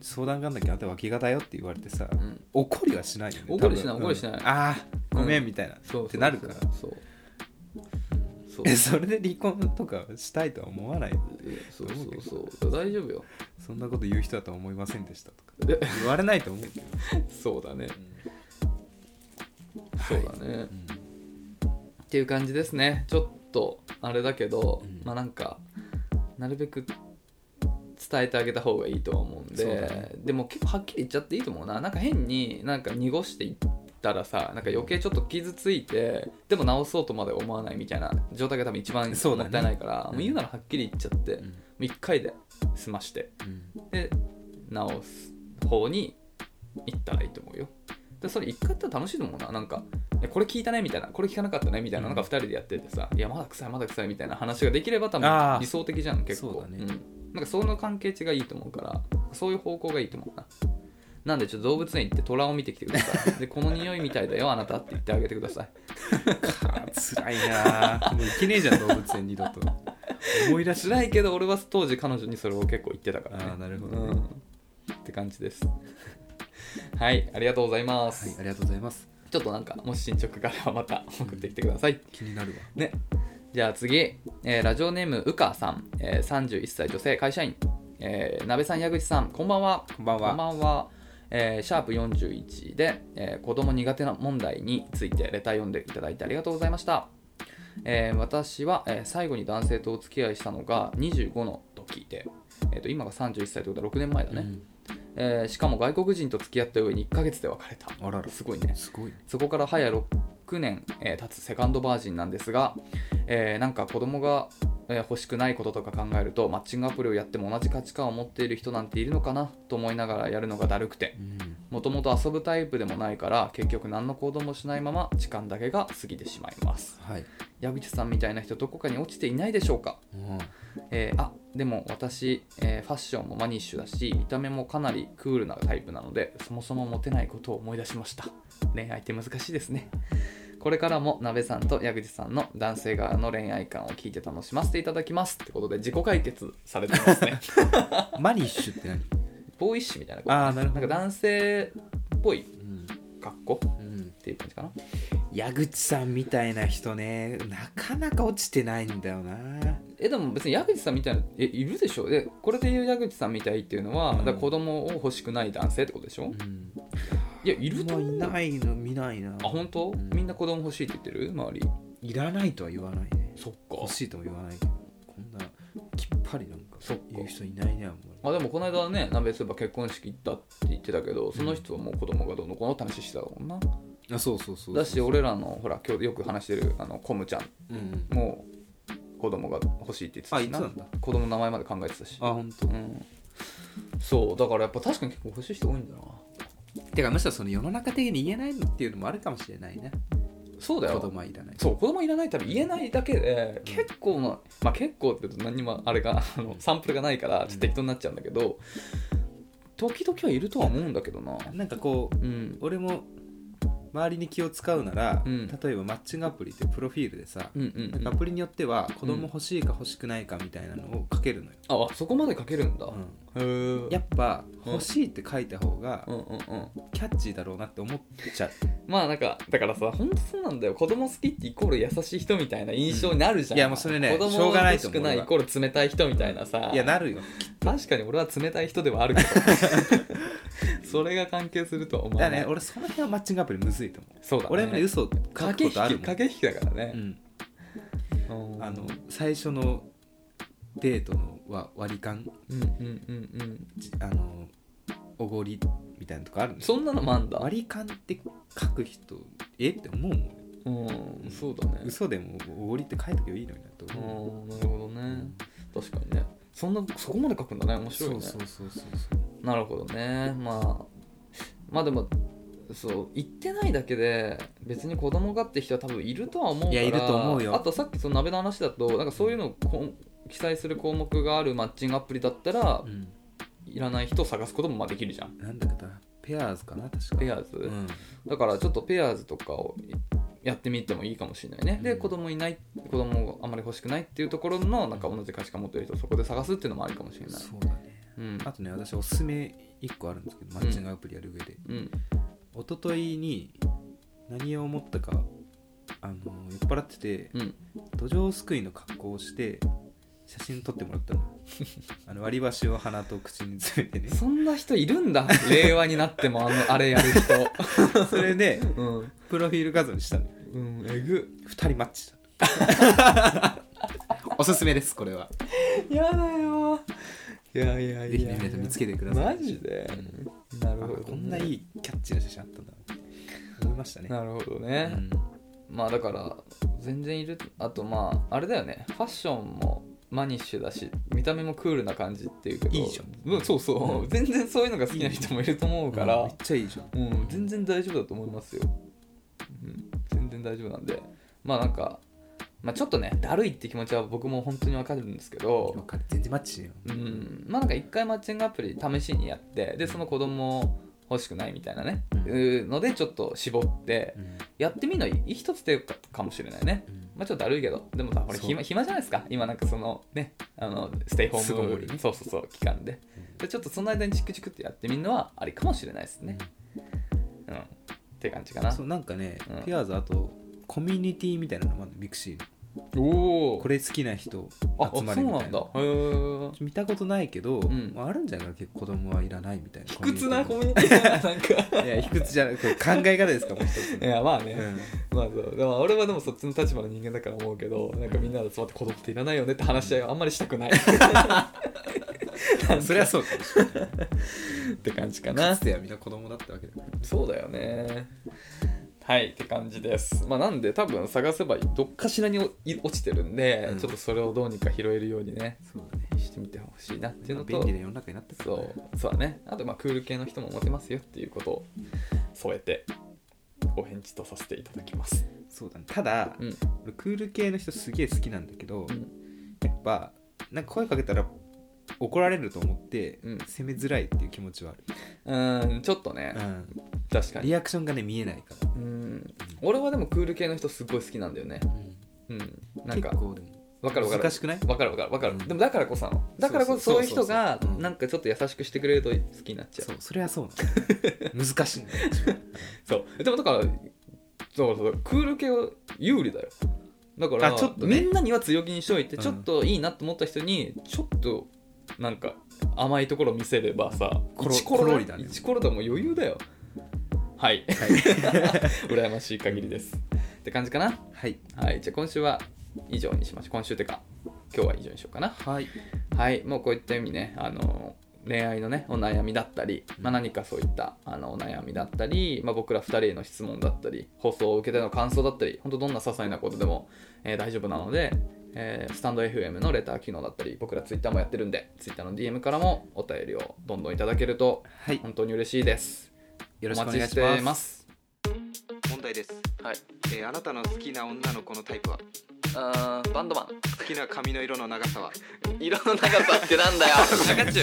A: 相談があんだけどあんた脇がだよって言われてさ、
B: うん、
A: 怒りはしないよね多分
B: 怒りしない怒りしない
A: うんああごめんみたいな、
B: そうそうそう
A: ってなるから
B: そうそう
A: えそれで離婚とかしたいとは思わない
B: そうそうそうそう大丈夫よ
A: そんなこと言う人だとは思いませんでしたとか言われないと思うけど、
B: そうだね
A: う
B: そうだね、
A: ん
B: っていう感じですねちょっとあれだけど、
A: うん
B: まあなんかなるべく伝えてあげた方がいいとは思うんで、
A: そうだね
B: でも結構はっきり言っちゃっていいと思うななんか変になんか濁していったらさなんか余計ちょっと傷ついてでも直そうとまで思わないみたいな状態が多分一番も
A: そうだね
B: ったいないから
A: うん
B: もう言うならはっきり言っちゃって、
A: う
B: も
A: ん
B: う1回で済まして
A: うん
B: で直す方に行ったらいいと思うよでそれ一回やったら楽しいと思うななんかいやこれ聞いたねみたいなこれ聞かなかったねみたいな
A: うん
B: なんか2人でやっててさいやまだ臭いまだ臭いみたいな話ができれば多
A: あー
B: 分理想的じゃん結構
A: そうだね
B: ん、なんかその関係値がいいと思うからそういう方向がいいと思うななんでちょっと動物園行って虎を見てきてください でこの匂いみたいだよあなたって言ってあげてください
A: あー辛いなーもう行けねえじゃん動物園二度と思い出し
B: 辛いけど俺は当時彼女にそれを結構言ってたからね
A: あーなるほどね
B: うんって感じですはいありがとうございます、
A: はいありがとうございます
B: ちょっとなんかもし進捗があればまた送ってきてください。
A: 気になるわ
B: ね。じゃあ次、えーラジオネームうかさん、えー31歳女性会社員、えー、なべさん矢口さんこんばんは。
A: こんばん
B: こんばんは。えーシャープ41で、えー子供苦手な問題についてレター読んでいただいてありがとうございました。えー私は、えー最後に男性とお付き合いしたのが25の時で、えーと今が31歳ということは6年前だね、えーしかも外国人と付き合った上に1ヶ月で別れた
A: あらら
B: すごいね
A: すごい
B: そこから早6年、えー経つセカンドバージンなんですが、えーなんか子供が、えー欲しくないこととか考えるとマッチングアプリをやっても同じ価値観を持っている人なんているのかなと思いながらやるのがだるくてもともと遊ぶタイプでもないから結局何の行動もしないまま時間だけが過ぎてしまいます
A: はい
B: 矢口さんみたいな人どこかに落ちていないでしょうか、
A: うん
B: えーあでも私、えーファッションもマニッシュだし見た目もかなりクールなタイプなのでそもそもモテないことを思い出しました恋愛って難しいですねこれからも鍋さんと矢口さんの男性側の恋愛観を聞いて楽しませていただきますってことで自己解決されてますね
A: マニッシュって何
B: ボーイッシュみたいなこと
A: ああなる
B: なんか男性っぽい格好っ
A: うん
B: ていう感じかな
A: 矢口さんみたいな人ねなかなか落ちてないんだよな
B: えでも別に矢口さんみたいなえいるでしょでこれで言う矢口さんみたいっていうのは、
A: うん
B: だから子供を欲しくない男性ってことでしょ、
A: うん
B: いやいると思う
A: まあいないの見ないな
B: あ本当、
A: ん
B: みんな子供欲しいって言ってる周り
A: いらないとは言わないね
B: そっ
A: 欲
B: か
A: しいとも言わないけどこんなきっぱりなんか
B: そっか
A: 言う人いないねあんまり
B: あでもこの間ね鍋すれば結婚式行ったって言ってたけどその人はもう子供がどうの子の試ししてたもんな
A: あそうそうそうそう
B: だし俺らのほら今日よく話してるあのコムちゃん
A: うんうん
B: も子供が欲しいって言ってたしな
A: あ言ってたん
B: 子供の名前まで考えてたし
A: あ本当
B: うんそうだからやっぱ確かに結構欲しい人多いんだな
A: てかむしろその世の中的に言えないのっていうのもあるかもしれないね
B: そうだ
A: 子
B: よ
A: 供はいらない
B: そう子供いらない多分言えないだけで
A: うん
B: 結構な、まあ結構って言うと何にもあれがあのサンプルがないからちょっと適当になっちゃうんだけど、時々はいるとは思うんだけどな
A: なんかこう
B: うん
A: 俺も周りに気を使うなら、
B: うん
A: 例えばマッチングアプリってプロフィールでさ、
B: うんうんうん
A: アプリによっては子供欲しいか欲しくないかみたいなのを書けるのよ、
B: あそこまで書けるんだ、
A: う
B: へえ
A: んやっぱ
B: うん
A: 欲しいって書いた方が
B: うんうんうん
A: キャッチーだろうなって思っちゃう、
B: まあなんかだからさ本当そうなんだよ子供好きってイコール優しい人みたいな印象になるじ
A: う
B: ゃん、
A: んいやもうそれね
B: 子供
A: しょうがない
B: 欲
A: と
B: し
A: 思う
B: くないイコール冷たい人みたいなさ
A: いやなるよ
B: 確かに俺は冷たい人ではある けどそれが関係するとは思
A: だ
B: わ
A: から
B: ない
A: ね俺その辺はマッチングアプリむずいと思う、
B: そうだ、ね、
A: 俺もね嘘書く
B: 駆
A: こ
B: け引き
A: とあるもん
B: 駆け引きだからね、
A: うん、あの最初のデートのわ割り勘
B: うんうんうんうん
A: じあのおごりみたいなとこあるんです
B: そんなのもあんだ
A: 割り勘って書く人えって思うもん
B: うんそうだね
A: 嘘でもおごりって書いとけばいいのになと
B: う
A: 思うん
B: なるほどね確かにねそんなそこまで書くんだね面白いね
A: そうそうそうそう
B: なるほどねまあまあでもそう言ってないだけで別に子供がって人は多分いるとは思うから
A: いやいると思うよ
B: あとさっきその鍋の話だとなんかそういうのをこう記載する項目があるマッチングアプリだったら
A: う、ん、
B: いらない人を探すこともまあできるじゃん
A: なんだかなペアーズかな確か
B: ペアーズ、
A: うん
B: だからちょっとペアーズとかをやってみてもいいかもしれないね。で
A: うん
B: 子供いない子供あんまり欲しくないっていうところのなんか同じ価値観持ってる人をそこで探すっていうのもありかもしれない。
A: そうだね
B: うん
A: あとね私おすすめ1個あるんですけどマッチングアプリやる上で、
B: うん
A: 一昨日に何を思ったかあの酔っ払ってて
B: うん
A: 土壌すくいの格好をして写真撮ってもらったの あの割り箸を鼻と口に詰めてね
B: そんな人いるんだ令和になってもあの あれやる人。
A: それで
B: うん
A: プロフィール画像にしたの
B: うん、えぐ
A: 2人マッチしたの おすすめですこれは
B: やだよいやいやいや
A: ぜひね皆さん見つけてください
B: マジで、なるほど、
A: あこんないいキャッチーな写真あったんだ思いましたね
B: なるほどね、まあだから全然いるあとまああれだよねファッションもマニッシュだし見た目もクールな感じっていうけど
A: いいじゃん
B: うんそうそう、全然そういうのが好きな人もいると思
A: う
B: うんか
A: め
B: ら
A: っ、ちゃいいじゃん
B: うん全然大丈夫だと思いますよ、うん、全然大丈夫なんでまあなんか、まあ、ちょっとねだるいって気持ちは僕も本当にわかるんですけど
A: わかる全然マッチしねえよ
B: うん、まあなんか一回マッチングアプリ試しにやってでその子供欲しくないみたいなね、
A: うん
B: いうのでちょっと絞って
A: うん
B: やってみるのはいい一つ手かかもしれないね
A: うん
B: まあちょっとだるいけど、でもさ、俺
A: そう
B: 暇暇じゃないですか、今なんかそのね、あのステイホ
A: 巣ごも
B: ーム、
A: りね
B: そうそうそう、期間で。で、ちょっとその間にチクチクってやってみるのはありかもしれないですね。うん。って感じかな。
A: そうなんかね、
B: うん
A: ペアーズあとコミュニティみたいなのもあるのミクシーの
B: おお
A: こ
B: れ
A: れ好きな人
B: あ、そ
A: 集
B: う
A: ま
B: な
A: るみたいなん
B: だ。へー
A: 見たことないけど、
B: ん
A: まあ、あるんじゃないかな結構子供はいらないみたいな
B: 卑屈なコ
A: コ
B: ミュニティだな、 なんか。
A: ミュニティいや卑屈じゃなくて考え方ですかもう一つ
B: いや、まあ
A: う
B: ね、
A: ん
B: まあそう。でも俺はでもそっちの立場の人間だから思うけど、なんかみんなで集まって子供っていらないよねって話し合いはあんまりし たくない。
A: そりゃそうかもしれない
B: って感じか
A: か
B: な
A: つ。てはみんな子供だったわけだから
B: そうだよねはいって感じですまあなんで多分探せばどっかしらに落ちてるんで、
A: うん
B: ちょっとそれをどうにか拾えるようにね
A: そうだね
B: してみてほしいなっていうの
A: 便
B: と
A: 利な世の中になってからね
B: そうそうだねあとまあクール系の人もモテますよっていうことを添えてお返事とさせていただきます
A: そうだねただ、
B: うん
A: 俺クール系の人すげえ好きなんだけど、
B: うん
A: やっぱなんか声かけたら怒られると思って、
B: うん
A: 責めづらいっていう気持ちはある、
B: うーんちょっとね、
A: う
B: 確か
A: ん、
B: に
A: リアクションがね見えないか
B: うん俺はでもクール系の人すごい好きなんだよね
A: ら、
B: うんなんか
A: 結構でも
B: わかるわかる
A: 難しくない
B: わかるわかるわかる、
A: うん
B: でもだからこそなのだからこそそ
A: そうう
B: いう
A: そ
B: 人
A: うそうそう
B: が
A: うん
B: なんかちょっと優しくしてくれると好きになっちゃう
A: そうそれはそうなの 難しいんだよ
B: そうでもだからそうそうクール系は有利だよだから
A: あちょっとね
B: みんなには強気にしといて
A: うん
B: ちょっといいなと思った人にちょっとなんか甘いところ見せればさ
A: コロ
B: 一コロ
A: コロリだね
B: 一コロだもう余裕だよはい 羨ましい限りですって感じかな
A: はい
B: はいじゃあ今週は以上にしましょう今週ってか今日は以上にしようかな
A: はい
B: はい、もうこういった意味ね、あの恋愛のねお悩みだったり、まあ、何かそういったあのお悩みだったり、まあ、僕ら2人への質問だったり放送を受けての感想だったり本当どんな些細なことでも、えー大丈夫なので、えースタンド FM のレター機能だったり僕ら Twitter もやってるんで Twitter の DM からもお便りをどんどんいただけると
A: はい
B: 本当に嬉しいです。
A: よろしく
B: お
A: お願
B: 待
A: い
B: ち
A: し
B: して
A: ま
B: ますす。
A: 問題です、
B: はい、
A: えーあなたの好きな女の子のタイプは
B: あバンドマン
A: 好きな髪の色の長さは
B: 色の長さってなんだよ 中中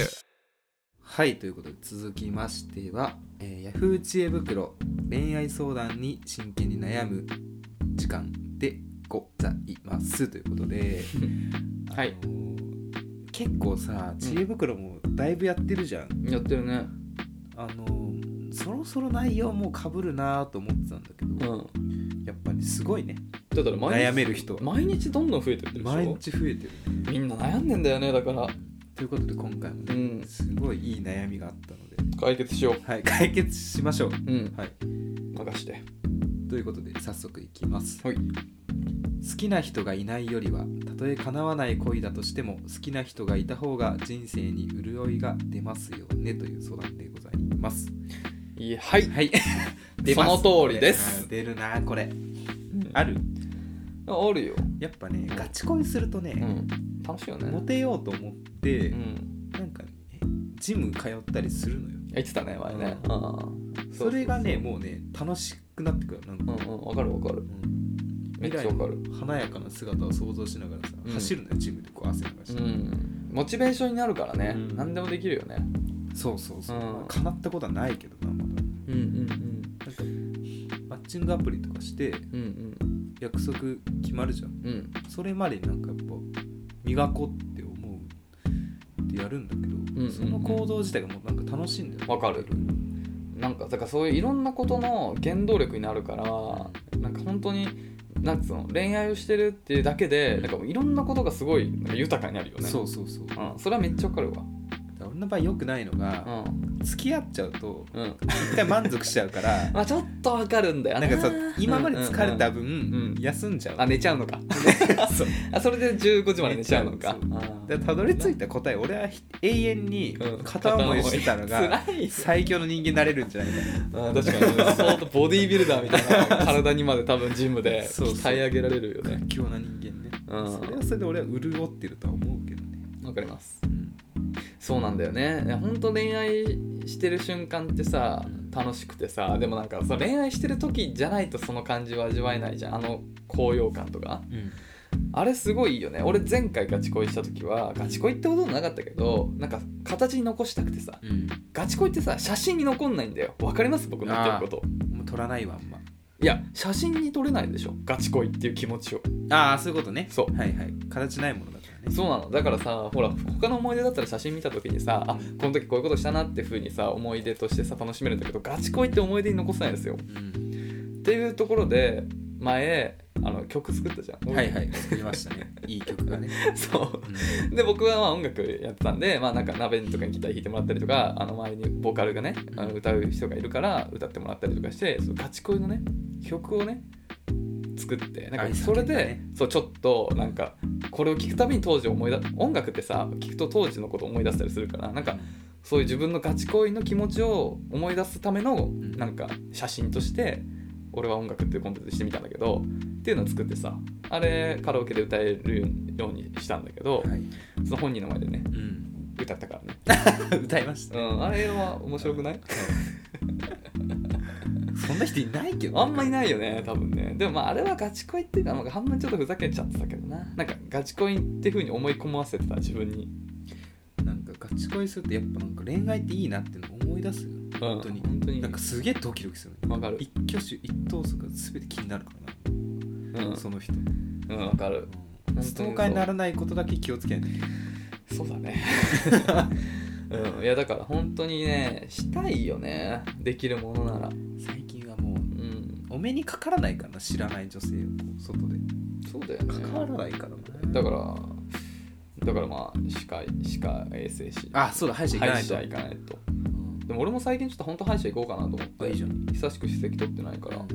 A: はいということで続きましては、えー、Yahoo! 知恵袋恋愛相談に真剣に悩む時間でございますということ で、
B: はい
A: あのー結構さ知恵袋もだいぶやってるじゃん、
B: やってるね。
A: あのーそろそろ内容もかぶるなーと思ってたんだけど、
B: うん
A: やっぱりすごいね
B: だから毎日
A: 悩める人
B: 毎日どんどん増えてってるでし
A: 毎
B: ょ
A: 日増えてる
B: みんな悩んでんだよねだから
A: ということで今回も
B: う
A: ね、
B: ん
A: すごいいい悩みがあったので、
B: 解決しよ
A: はい、解決しましょう
B: ううん
A: はい
B: 任して
A: ということで早速いきます
B: はい
A: 好きな人がいないよりはたとえ叶わない恋だとしても好きな人がいた方が人生に潤いが出ますよねという相談でございます
B: いいはい
A: はい
B: その通りです
A: これ出るなこれ
B: あ
A: ある
B: あるよ
A: やっぱねガチ恋すると
B: う
A: ね、
B: ん楽しいよ
A: モ
B: ね
A: テようと思って、
B: うん
A: なんかねジム通ったりするのよ
B: 言ってたね前ね
A: う
B: うん
A: それがね
B: う
A: もうね楽しくなってくるなん
B: う
A: か、
B: んうんわかるわかる
A: うん
B: めっちゃわかる
A: 未来の華やかな姿を想像しながらさ、
B: うん
A: 走るのよジムでこう汗流し
B: う
A: て、
B: んモチベーションになるからね
A: うん
B: 何でもできるよね
A: そうそうそう、
B: うん
A: 叶ったことはないけどなまだ
B: うんうん
A: なんかマッチングアプリとかして
B: うんうん
A: 約束決まるじゃん
B: うんうん
A: それまでになんかやっぱ磨こうって思うってやるんだけど、
B: んうんうん
A: その行動自体がもうなんか楽しいんだよね
B: わかるなんかだからそういういろんなことの原動力になるからなんか本当になんつうの恋愛をしてるっていうだけでなんかもういろんなことがすごいなんか豊かになるよね
A: そうそうそう、だか
B: ん、それはめっちゃわかるわ
A: ら俺の場合良くないの
B: う
A: が、
B: ん
A: 付き合っちゃうと
B: うん
A: 一回満足しちゃうから
B: まあちょっとわかるんだよ
A: なんかさ今まで疲れた
B: 分
A: 分、
B: うん
A: 休んじゃう
B: あ寝ちゃうのか
A: そう
B: あ それで15時まで寝ちゃうのか
A: 寝ちでたどり着いた答え俺は永遠に
B: うん
A: 片思いしてたのが
B: 辛い
A: 最強の人間になれるんじゃないかな
B: あ確かに相当ボディービルダーみたいな体にまで多分ジムで
A: そうそう
B: 鍛え上げられるよね
A: 屈強な人間ね、
B: うん
A: それはそれで俺は潤ってるとは思うけどね、
B: わかりますそうなんだよねいや本当恋愛してる瞬間ってさ楽しくてさでもなんかさ恋愛してる時じゃないとその感じは味わえないじゃんあの高揚感とかあれすごいいいよね俺前回ガチ恋した時はガチ恋ってこともなかったけどなんか形に残したくてさガチ恋ってさ写真に残んないんだよわかります僕の言ってること
A: もう取らないわあんま
B: いや写真に撮れないでしょガチ恋っていう気持ちを
A: ああそういうことね
B: そう
A: はいはい形ないものだからね
B: そうなのだからさほら他の思い出だったら写真見た時にさあこの時こういうことしたなって風にさ思い出としてさ楽しめるんだけどガチ恋って思い出に残せないんですよ
A: うん
B: っていうところで前あの曲作ったじゃん、
A: はいはい作りました ねいい曲がね、
B: そう
A: うん
B: で僕はまあ音楽やってたんで、まあ、なんか鍋とかにギター弾いてもらったりとかあの周りにボーカルがね
A: うん
B: あの歌う人がいるから歌ってもらったりとかしてそのガチ恋のね曲をね作ってなん
A: 愛
B: か
A: さ
B: そ
A: れ
B: れ
A: た
B: で、
A: ね
B: そうちょっとなんかこれを聴くたびに当時思い出音楽ってさ聴くと当時のことを思い出したりするからなんかそういう自分のガチ恋の気持ちを思い出すための
A: ん
B: なんか写真として俺は音楽っていうコンテンツにしてみたんだけどっていうのを作ってさあれカラオケで歌えるようにしたんだけど、
A: はい
B: その本人の前でね
A: うん
B: 歌ったからね、
A: 歌いました
B: うん、あれは面白くない
A: はいそんな人いないけど
B: あんまい
A: い
B: ないよね多分ねでもまああれはガチ恋っていうかなんか半分ちょっとふざけちゃってたけどななんかガチ恋っていうふうに思い込ませてた自分に
A: なんかガチ恋するとやっぱなんか恋愛っていいなっていうの思い出すよ本当に、
B: うん本当に
A: なんかすげえドキドキするね
B: わかる
A: 一挙手一投足が全て気になるから
B: う
A: な、
B: ん
A: その人、
B: うんわかる
A: うんストーカーにならないことだけ気をつけない
B: そうだ ねうんいやだから本当にねしたいよねできるものなら
A: 最近はもう
B: うん
A: お目にかからないからな知らない女性を外で
B: そうだよね
A: 関わらないからな
B: だからだからまあ歯科歯科衛生士
A: あそうだ歯医者行か
B: 歯
A: な
B: 医
A: いと
B: 者行かないとでも俺も最近ちょっと本当歯医者行こうかなと思って
A: うん、いいじゃん
B: 久しく歯石取ってないから、うん、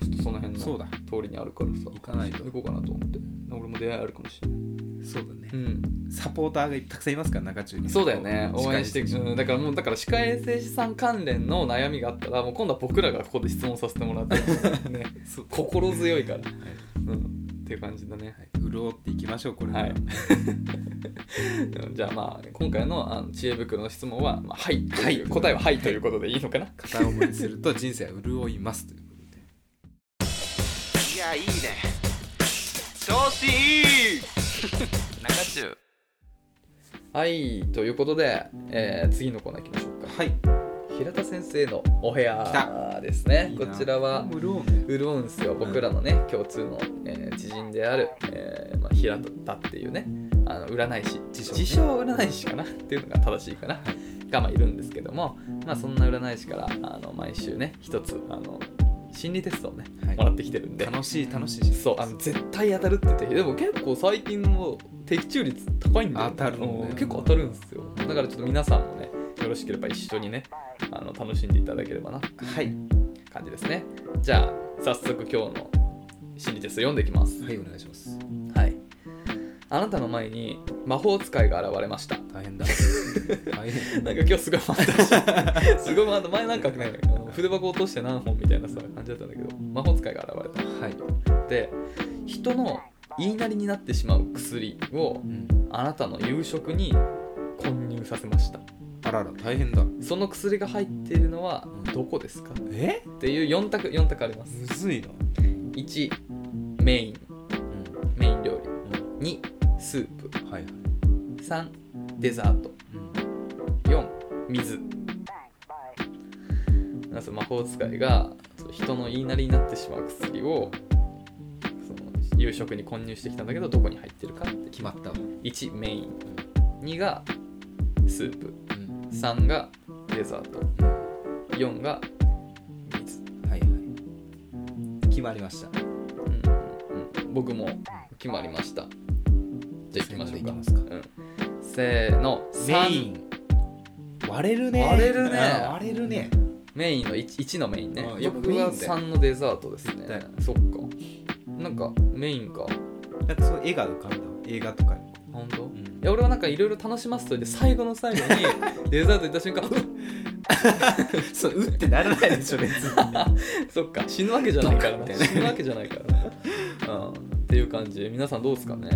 B: ちょっとその辺の
A: そうだ
B: 通りにあるからさ
A: 行かないと
B: 行こうかなと思って俺も出会いあるかもしれない、
A: そうだね
B: うん、
A: サポーターがたくさんいますから中中に
B: そうだよね応援して、
A: 近い人
B: うん、だからもうだから歯科衛生士さん関連の悩みがあったらもう今度は僕らがここで質問させてもらって ね
A: そう
B: 心強いから、
A: はい
B: うん、っていう感じだね
A: はい潤っていきましょうこれ
B: はいじゃあまあ今回のあの知恵袋の質問は、まあ、はいという
A: はい
B: 答えははいということでいいのかな
A: 片思いすると人生は潤いますということで
B: いやいいね調子いい 中中はいということで、えー次のコーナー行きましょうか
A: はい
B: 平田先生のお部屋
A: 来
B: ですねこちらは
A: 潤うね
B: 潤うんすよ僕らのね共通の、えー知人である、えーまあ、平田っていうねあの占い師
A: 自称
B: 自称占い師かなっていうのが正しいかながまあいるんですけども、まあ、そんな占い師からあの毎週ね一つあの心理テストをね、
A: はい
B: もらってきてるんで
A: 楽しい楽しいし
B: そうあの絶対当たるって言ってでも結構最近の的中率高いんだよ
A: 当たるんだよ
B: うん結構当たるんですよだからちょっと皆さんもねよろしければ一緒にねあの楽しんでいただければな
A: はい
B: 感じですねじゃあ早速今日の心理テスト読んでいきます
A: はいお願いします
B: はいあなたの前に魔法使いが現れました
A: 大 変だ大変
B: なんか今日すごい ファンタジーすごいファンタ前なんかねあの筆箱落として何本みたいなさ感じだったんだけど魔法使いが現れた
A: はい、
B: で人の言いなりになってしまう薬を
A: うん、
B: あなたの夕食に混入させました
A: あらら大変だ
B: その薬が入っているのはどこですかっ
A: え
B: ていう4択4択あります
A: むずいな、
B: 1メイン
A: う
B: メイン料
A: ん
B: 理2スープ
A: うん、はいはい、
B: 3デザート4水なんかその魔法使いがその人の言いなりになってしまう薬をその夕食に混入してきたんだけどどこに入ってるかって
A: 決まったわ、
B: 1メイン2がスープ
A: うん
B: 3がデザート4が水、
A: はいはい決まりました
B: うんうんうん、僕も決まりましたじゃあ行きましょう
A: せーので行き
B: か
A: ますか
B: うん、せーの
A: メ
B: 3
A: イン割れるね
B: 割れるね
A: あ割れるね
B: メインの 1, のメインね
A: あやっぱ
B: 僕
A: メインだ
B: は
A: よ
B: 3のデザートですね
A: 絶対
B: そっかなんかメインか
A: なんかその絵が浮かんだわ映画とかに、
B: 本当
A: う
B: い
A: ん
B: や俺はなんかいろいろ楽しますといて最後の最後 にデザート行った瞬間
A: そううってならないでしょ別 に
B: そっか死ぬわけじゃないか
A: ド
B: らな
A: カンってね
B: 死ぬわけじゃないからな、 うん、っていう感じで皆さんどうですかね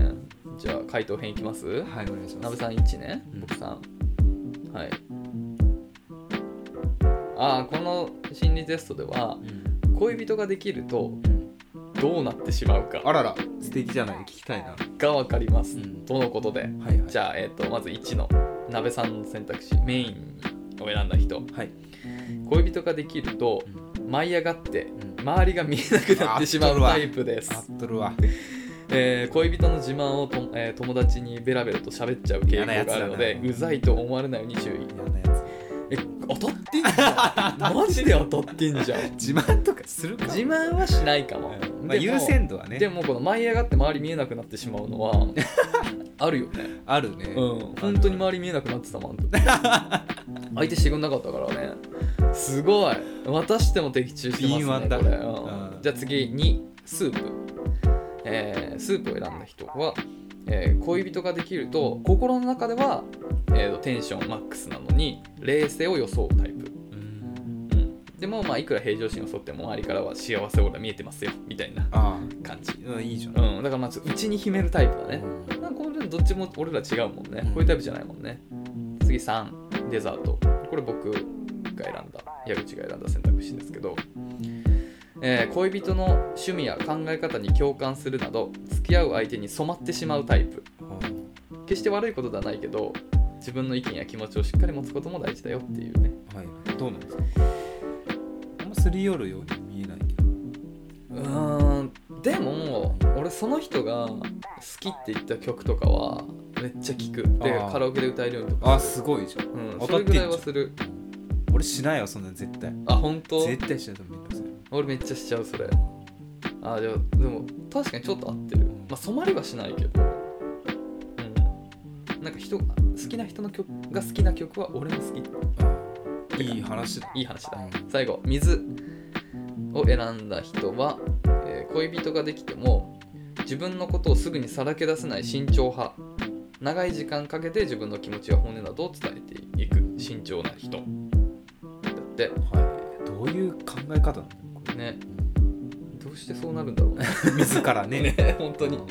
B: じゃあ回答編いきます
A: はいお願いし
B: な
A: ま
B: べ
A: す
B: さん1ね、
A: うん
B: 僕さんはいああこの心理テストでは
A: うん
B: 恋人ができるとどうなってしまうか
A: あらら素敵じゃない聞きたいな、
B: が分かります、
A: うん
B: とのことで
A: はいはい
B: じ
A: ゃ
B: ゃあ、えっとまず1のなべさんの選択肢メインを選んだ人
A: はい、
B: 恋人ができると
A: う
B: 舞い上がって
A: ん
B: 周りが見えなくなってしまうタイプです
A: あっとるわ
B: えー恋人の自慢をと、えー友達にベラベラと喋っちゃう傾向があ
A: 嫌
B: るの
A: なや
B: で
A: つだな
B: うざいと思われないように注意
A: 嫌なや
B: え当たってんじゃ んマジで当たってんじゃん
A: つ自慢とかするか
B: 自慢はしないかも、
A: うんまあ、
B: でも
A: 優先度はね
B: でもこの舞い上がって周り見えなくなってしまうのは あるよね
A: あるね、
B: うん本当に周り見えなくなってたもん相手してくんなかったからねすごい渡しても的中してます
A: 敏
B: ね
A: 腕だ
B: これ、うん
A: うん
B: じゃあ次にスープ、えースープを選んだ人は、えー恋人ができると心の中では、えーとテンションマックスなのに冷静を装うタイプ、
A: うん
B: うんでもまあいくら平常心を装っても周りからは幸せオーラ見えてますよみたいな
A: あ
B: 感じ、
A: あ、うん、いいじゃん、
B: うん、だからまあちょっと内に秘めるタイプだね、
A: うん
B: なんかこれどっちも俺ら違うもんね、
A: うん
B: こういうタイプじゃないもんね次3デザートこれ僕が選んだ矢口が選んだ選択肢ですけど、えー恋人の趣味や考え方に共感するなど付き合う相手に染まってしまうタイプ決して悪いことではないけど自分の意見や気持ちをしっかり持つことも大事だよっていうね
A: はいどうなんですかあんますり寄るように見えないけど
B: うーんでも俺その人が好きって言った曲とかはめっちゃ聴くで
A: あー
B: カラオケで歌えるようにとか
A: あすごいじゃん
B: うん
A: 当
B: そ
A: たっ
B: れ
A: てん
B: ぐ
A: じゃ
B: ら
A: ん
B: いはする
A: 俺しないよそんなの絶対
B: あ本当
A: 絶対しないと思うめんどくさい
B: 俺めっちゃしちゃうそれあでもでも確かにちょっと合ってるまあ染まりはしないけどうんなんか人が好きな人の曲が好きな曲は俺も好き
A: いい話だ
B: いい話だ
A: うん
B: 最後水を選んだ人は、えー恋人ができても自分のことをすぐにさらけ出せない慎重派長い時間かけて自分の気持ちや本音などを伝えていく慎重な人だって
A: はいどういう考え方なんだろうこれ
B: ねどうしてそうなるんだろう ね
A: 自らね
B: 本当に
A: 分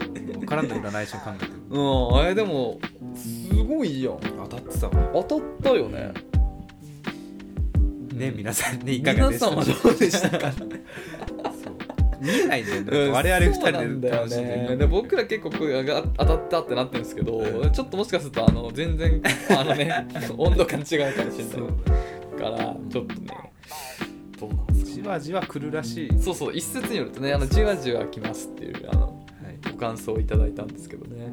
A: からんの占い師を考えてる
B: うんあれでもすごいじゃん
A: 当たってたわ
B: 当たったよね
A: ね皆さんねいかが
B: 皆
A: でした
B: 様どうでしたか
A: そう見えないんだよね、我々二
B: そうなん
A: 人で
B: だよ
A: 楽しんで
B: ね
A: る
B: で僕ら結構これが当たったってなってるんですけど、
A: うん
B: ちょっともしかするとあの 全然あのね温度感違うかもしれ
A: そう
B: ないからちょっとねどうなんですか
A: じわじわ来るらしい、
B: そうそう一説によるとねあのじわじわきますっていうあの
A: はい
B: ご感想をいただいたんですけどね、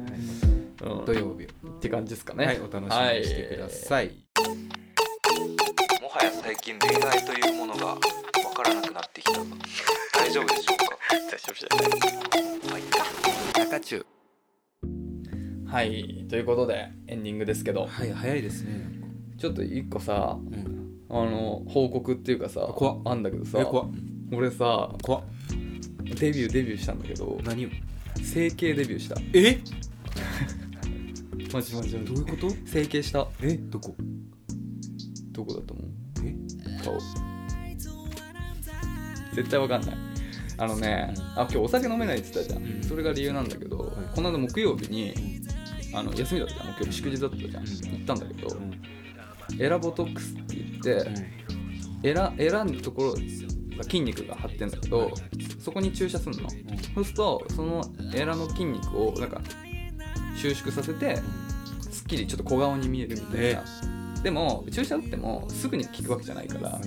B: うん、
A: 土曜日を
B: って感じですかね
A: はい、お楽しみにしてください。もはや最近恋愛というものがわからなくなってきた。大丈夫でしょうか。
B: はい、大丈夫じゃない
A: 中中。
B: はいということでエンディングですけど
A: はい、早いですね。
B: ちょっと一個さ
A: うん。
B: あの報告っていうかさ
A: 怖っ
B: あんだけどさ
A: え、怖っ。
B: 俺さ
A: 怖っ。
B: デビューデビューしたんだけど
A: 何を。
B: 整形デビューした
A: え、
B: マジマジマ
A: どういうこと？
B: 整形した
A: え、どこ？
B: どこだと思う
A: え、
B: 顔絶対わかんないあのねあ今日お酒飲めないって言ってたじゃん、
A: うん
B: それが理由なんだけど、
A: はい
B: この間木曜日にあの休みだったじゃん木曜日祝日だったじゃん、
A: うん
B: 行ったんだけど、
A: うん。
B: エラボトックスって言って、エラ選んだところが筋肉が張ってんだけどそこに注射すんのそうするとそのエラの筋肉をなんか収縮させてすっきりちょっと小顔に見えるみたいな、
A: え
B: でも注射打ってもすぐに効くわけじゃないから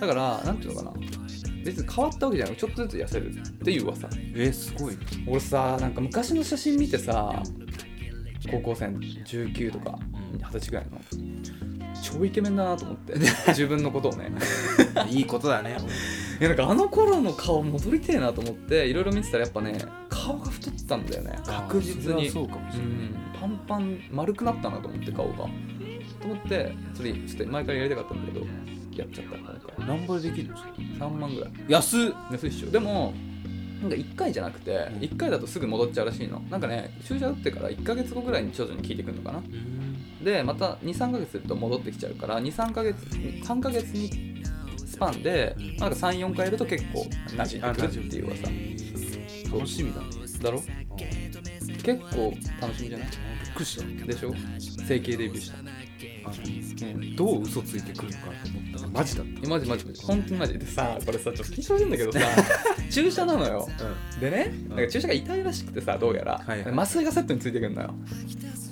B: だからなんていうのかな別に変わったわけじゃなくちょっとずつ痩せるっていう噂
A: え、すごいね。
B: 俺さなんか昔の写真見てさ高校生の19とか
A: うん
B: 二十歳ぐらいの超イケメンだなと思って 自分のことをね
A: いいことだね。
B: いやなんかあの頃の顔戻りてえなと思っていろいろ見てたらやっぱね顔が太ってたんだよね確実に
A: そうかもし
B: う
A: れない。
B: んパンパン丸くなったなと思って顔がと思ってそれちょっと前からやりたかったんだけどやっちゃったなんか
A: 何倍できるの？
B: 3万ぐらい
A: 安っ。
B: 安いっしょでもなんか1回じゃなくて
A: ん
B: 1回だとすぐ戻っちゃうらしいのなんかね注射打ってから1ヶ月後ぐらいに徐々に効いてくるのかなでまた23ヶ月すると戻ってきちゃうから23ヶ月3ヶ月にスパンで
A: うん
B: なんか34回やると結構なじんでくるっていう噂
A: さ楽しみだね。
B: だろ結構楽しみじゃない
A: びっくりした。
B: でしょ整形デビューした
A: あのどう嘘ついてくるのかと思ったらマジだっ
B: えマジマジマジ本当にマジでさこれさちょっと緊張してんだけどさ 注射なのよ
A: た、
B: でねなんか注射が痛いらしくてさどうやら、
A: はいはい
B: 麻酔がセットについてくるのよ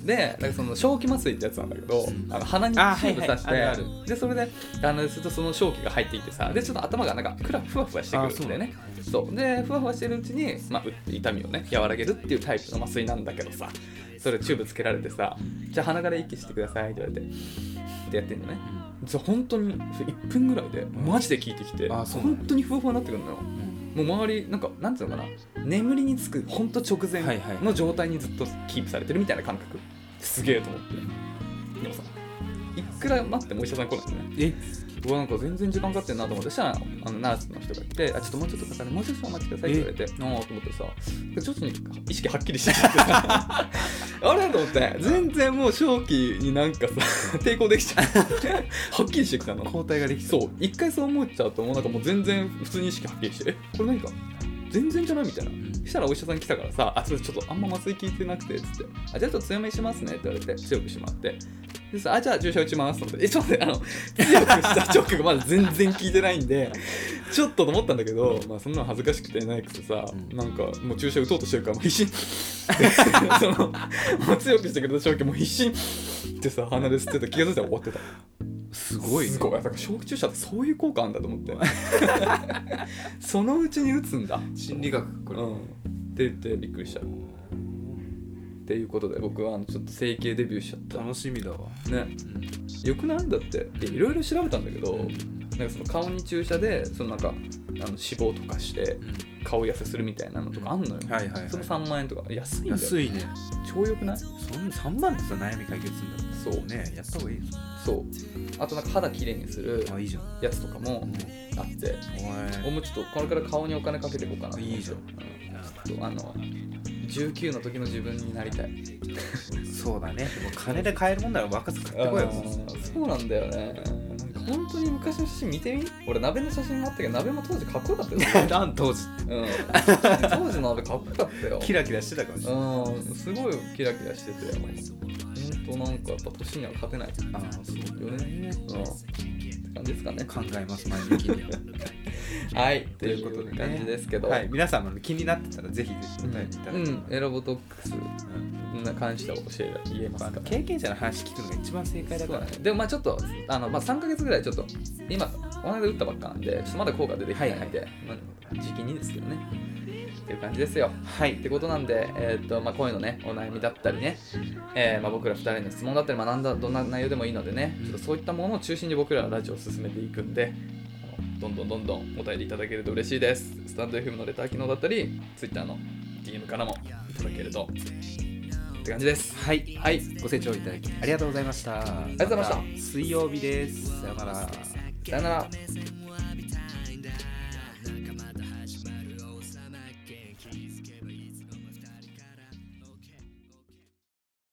B: でなんかその正気麻酔ってやつなんだけど
A: うん
B: あの鼻にチ
A: あはい
B: ューブ刺して、
A: はいある
B: でそれであのするとその正気が入ってきてさでちょっと頭がなんかふらふわふわしてくるんだよねそうでふわふわしてるうちに、まあ、う痛みをね和らげるっていうタイプの麻酔なんだけどさそれチューブつけられてさ「じゃあ鼻から息してください」って言われてってやってんのねじゃあ本当に1分ぐらいでマジで効いてきて、
A: あそうなんだ
B: 本当にふわふわになってくるのよもう周りなんかなんていうのかな眠りにつくほんと直前
A: はいはい
B: の状態にずっとキープされてるみたいな感覚すげえと思ってでもさいくら待ってもお医者さん来ないのね
A: え
B: うわなんか全然時間かかってんなと思ってそしたらあのナースの人がいて「あちょっともうちょっとかかるもうちょっとお待ちください」って言われて「ああ」と思ってさ徐々に意識はっきりしてきてさ あれと思って全然もう正気になんかさ抵抗できちゃってはっきりしてきたの
A: 交代ができ
B: そう一回そう思っちゃうともうなんかもう全然普通に意識はっきりして「えこれ何か全然じゃない?」みたいなそしたらお医者さん来たからさ「あそれちょっとあんま麻酔効いてなくて」っつって「あじゃあちょっと強めにしますね」って言われて強くしてもらってでさあじゃあ注射打ちますと思ってえちょっと待ってあの強く した直後まだ全然聞いてないんでちょっとと思ったんだけど、まあ、そんなの恥ずかしくてないくてさ、
A: うん
B: なんかもう注射打とうとしてるからもう 必死にそのもう強くしてくれた正気もう必死にってさ鼻で吸ってた気が付いたら終わってた
A: す
B: すごいだから正気注射ってそういう効果あんだと思って そのうちに打つんだ
A: 心理学これ、
B: うん、って言ってびっくりしたっていうことで僕はあのちょっと整形デビューしちゃっ
A: 楽しみだわ、
B: たねよくないんだってでいろいろ調べたんだけど、なんかその顔に注射でそのなんかあの脂肪とかして顔痩せするみたいなのとかあんのよ、
A: はいはいはい
B: それ3万円とか安いんだよ
A: 安いね
B: 超良くない
A: そん3万ってさ悩み解決するんだっ
B: そう
A: たらねやった方がいいよ
B: そうあとなんか肌きれいにする
A: あいいじゃん
B: やつとかもあって
A: お
B: 俺
A: い
B: もちょっとこれから顔にお金かけていこうかなと思って
A: いいじゃん
B: うちょっとあの19の時の自分になりたい
A: そうだねもう金で買えるもんなら若さ買ってこいよ
B: そうなんだよねなんか本当に昔の写真見てみ俺鍋の写真もあったけど鍋も当時かっこよかった よ、
A: なん当時
B: うん、当時の鍋かっこよかったよ
A: キラキラしてたからね
B: うんすごいキラキラしてて本当なんかやっぱ年には勝てない
A: ああそう
B: よねうんって感じですかね
A: 考えます前向きに
B: はいと
A: と
B: い
A: いうう
B: こ
A: ことと
B: で
A: で
B: 感
A: ね
B: じですけど、
A: はい皆さんも気になってたらぜひぜひお
B: うん
A: 便りいただいて、
B: うんエロボトックスな関しては教え言えます
A: ま
B: か
A: あ
B: ら
A: 経験者の話聞くのが一番正解だから、
B: でもまあちょっとあの、まあ、3か月ぐらいちょっと今この間打ったばっかなんでちょっとまだ効果出てきてないんで、
A: はい
B: まあ、時期にですけどねっていう感じですよ
A: はい
B: ってことなんで、えーっとまあ、こういうのねお悩みだったりね、えーまあ、僕ら2人の質問だったり学んだどんな内容でもいいのでねちょっとそういったものを中心に僕らはラジオを進めていくんであのどんどんどんどんお便りいただけると嬉しいですスタンド FM のレター機能だったり Twitter の DM からもいただけるとって感じです
A: はい、
B: はい
A: ご清聴いただきありがとうございましたあり
B: がとうございました
A: 水曜日ですさようなら
B: さよなら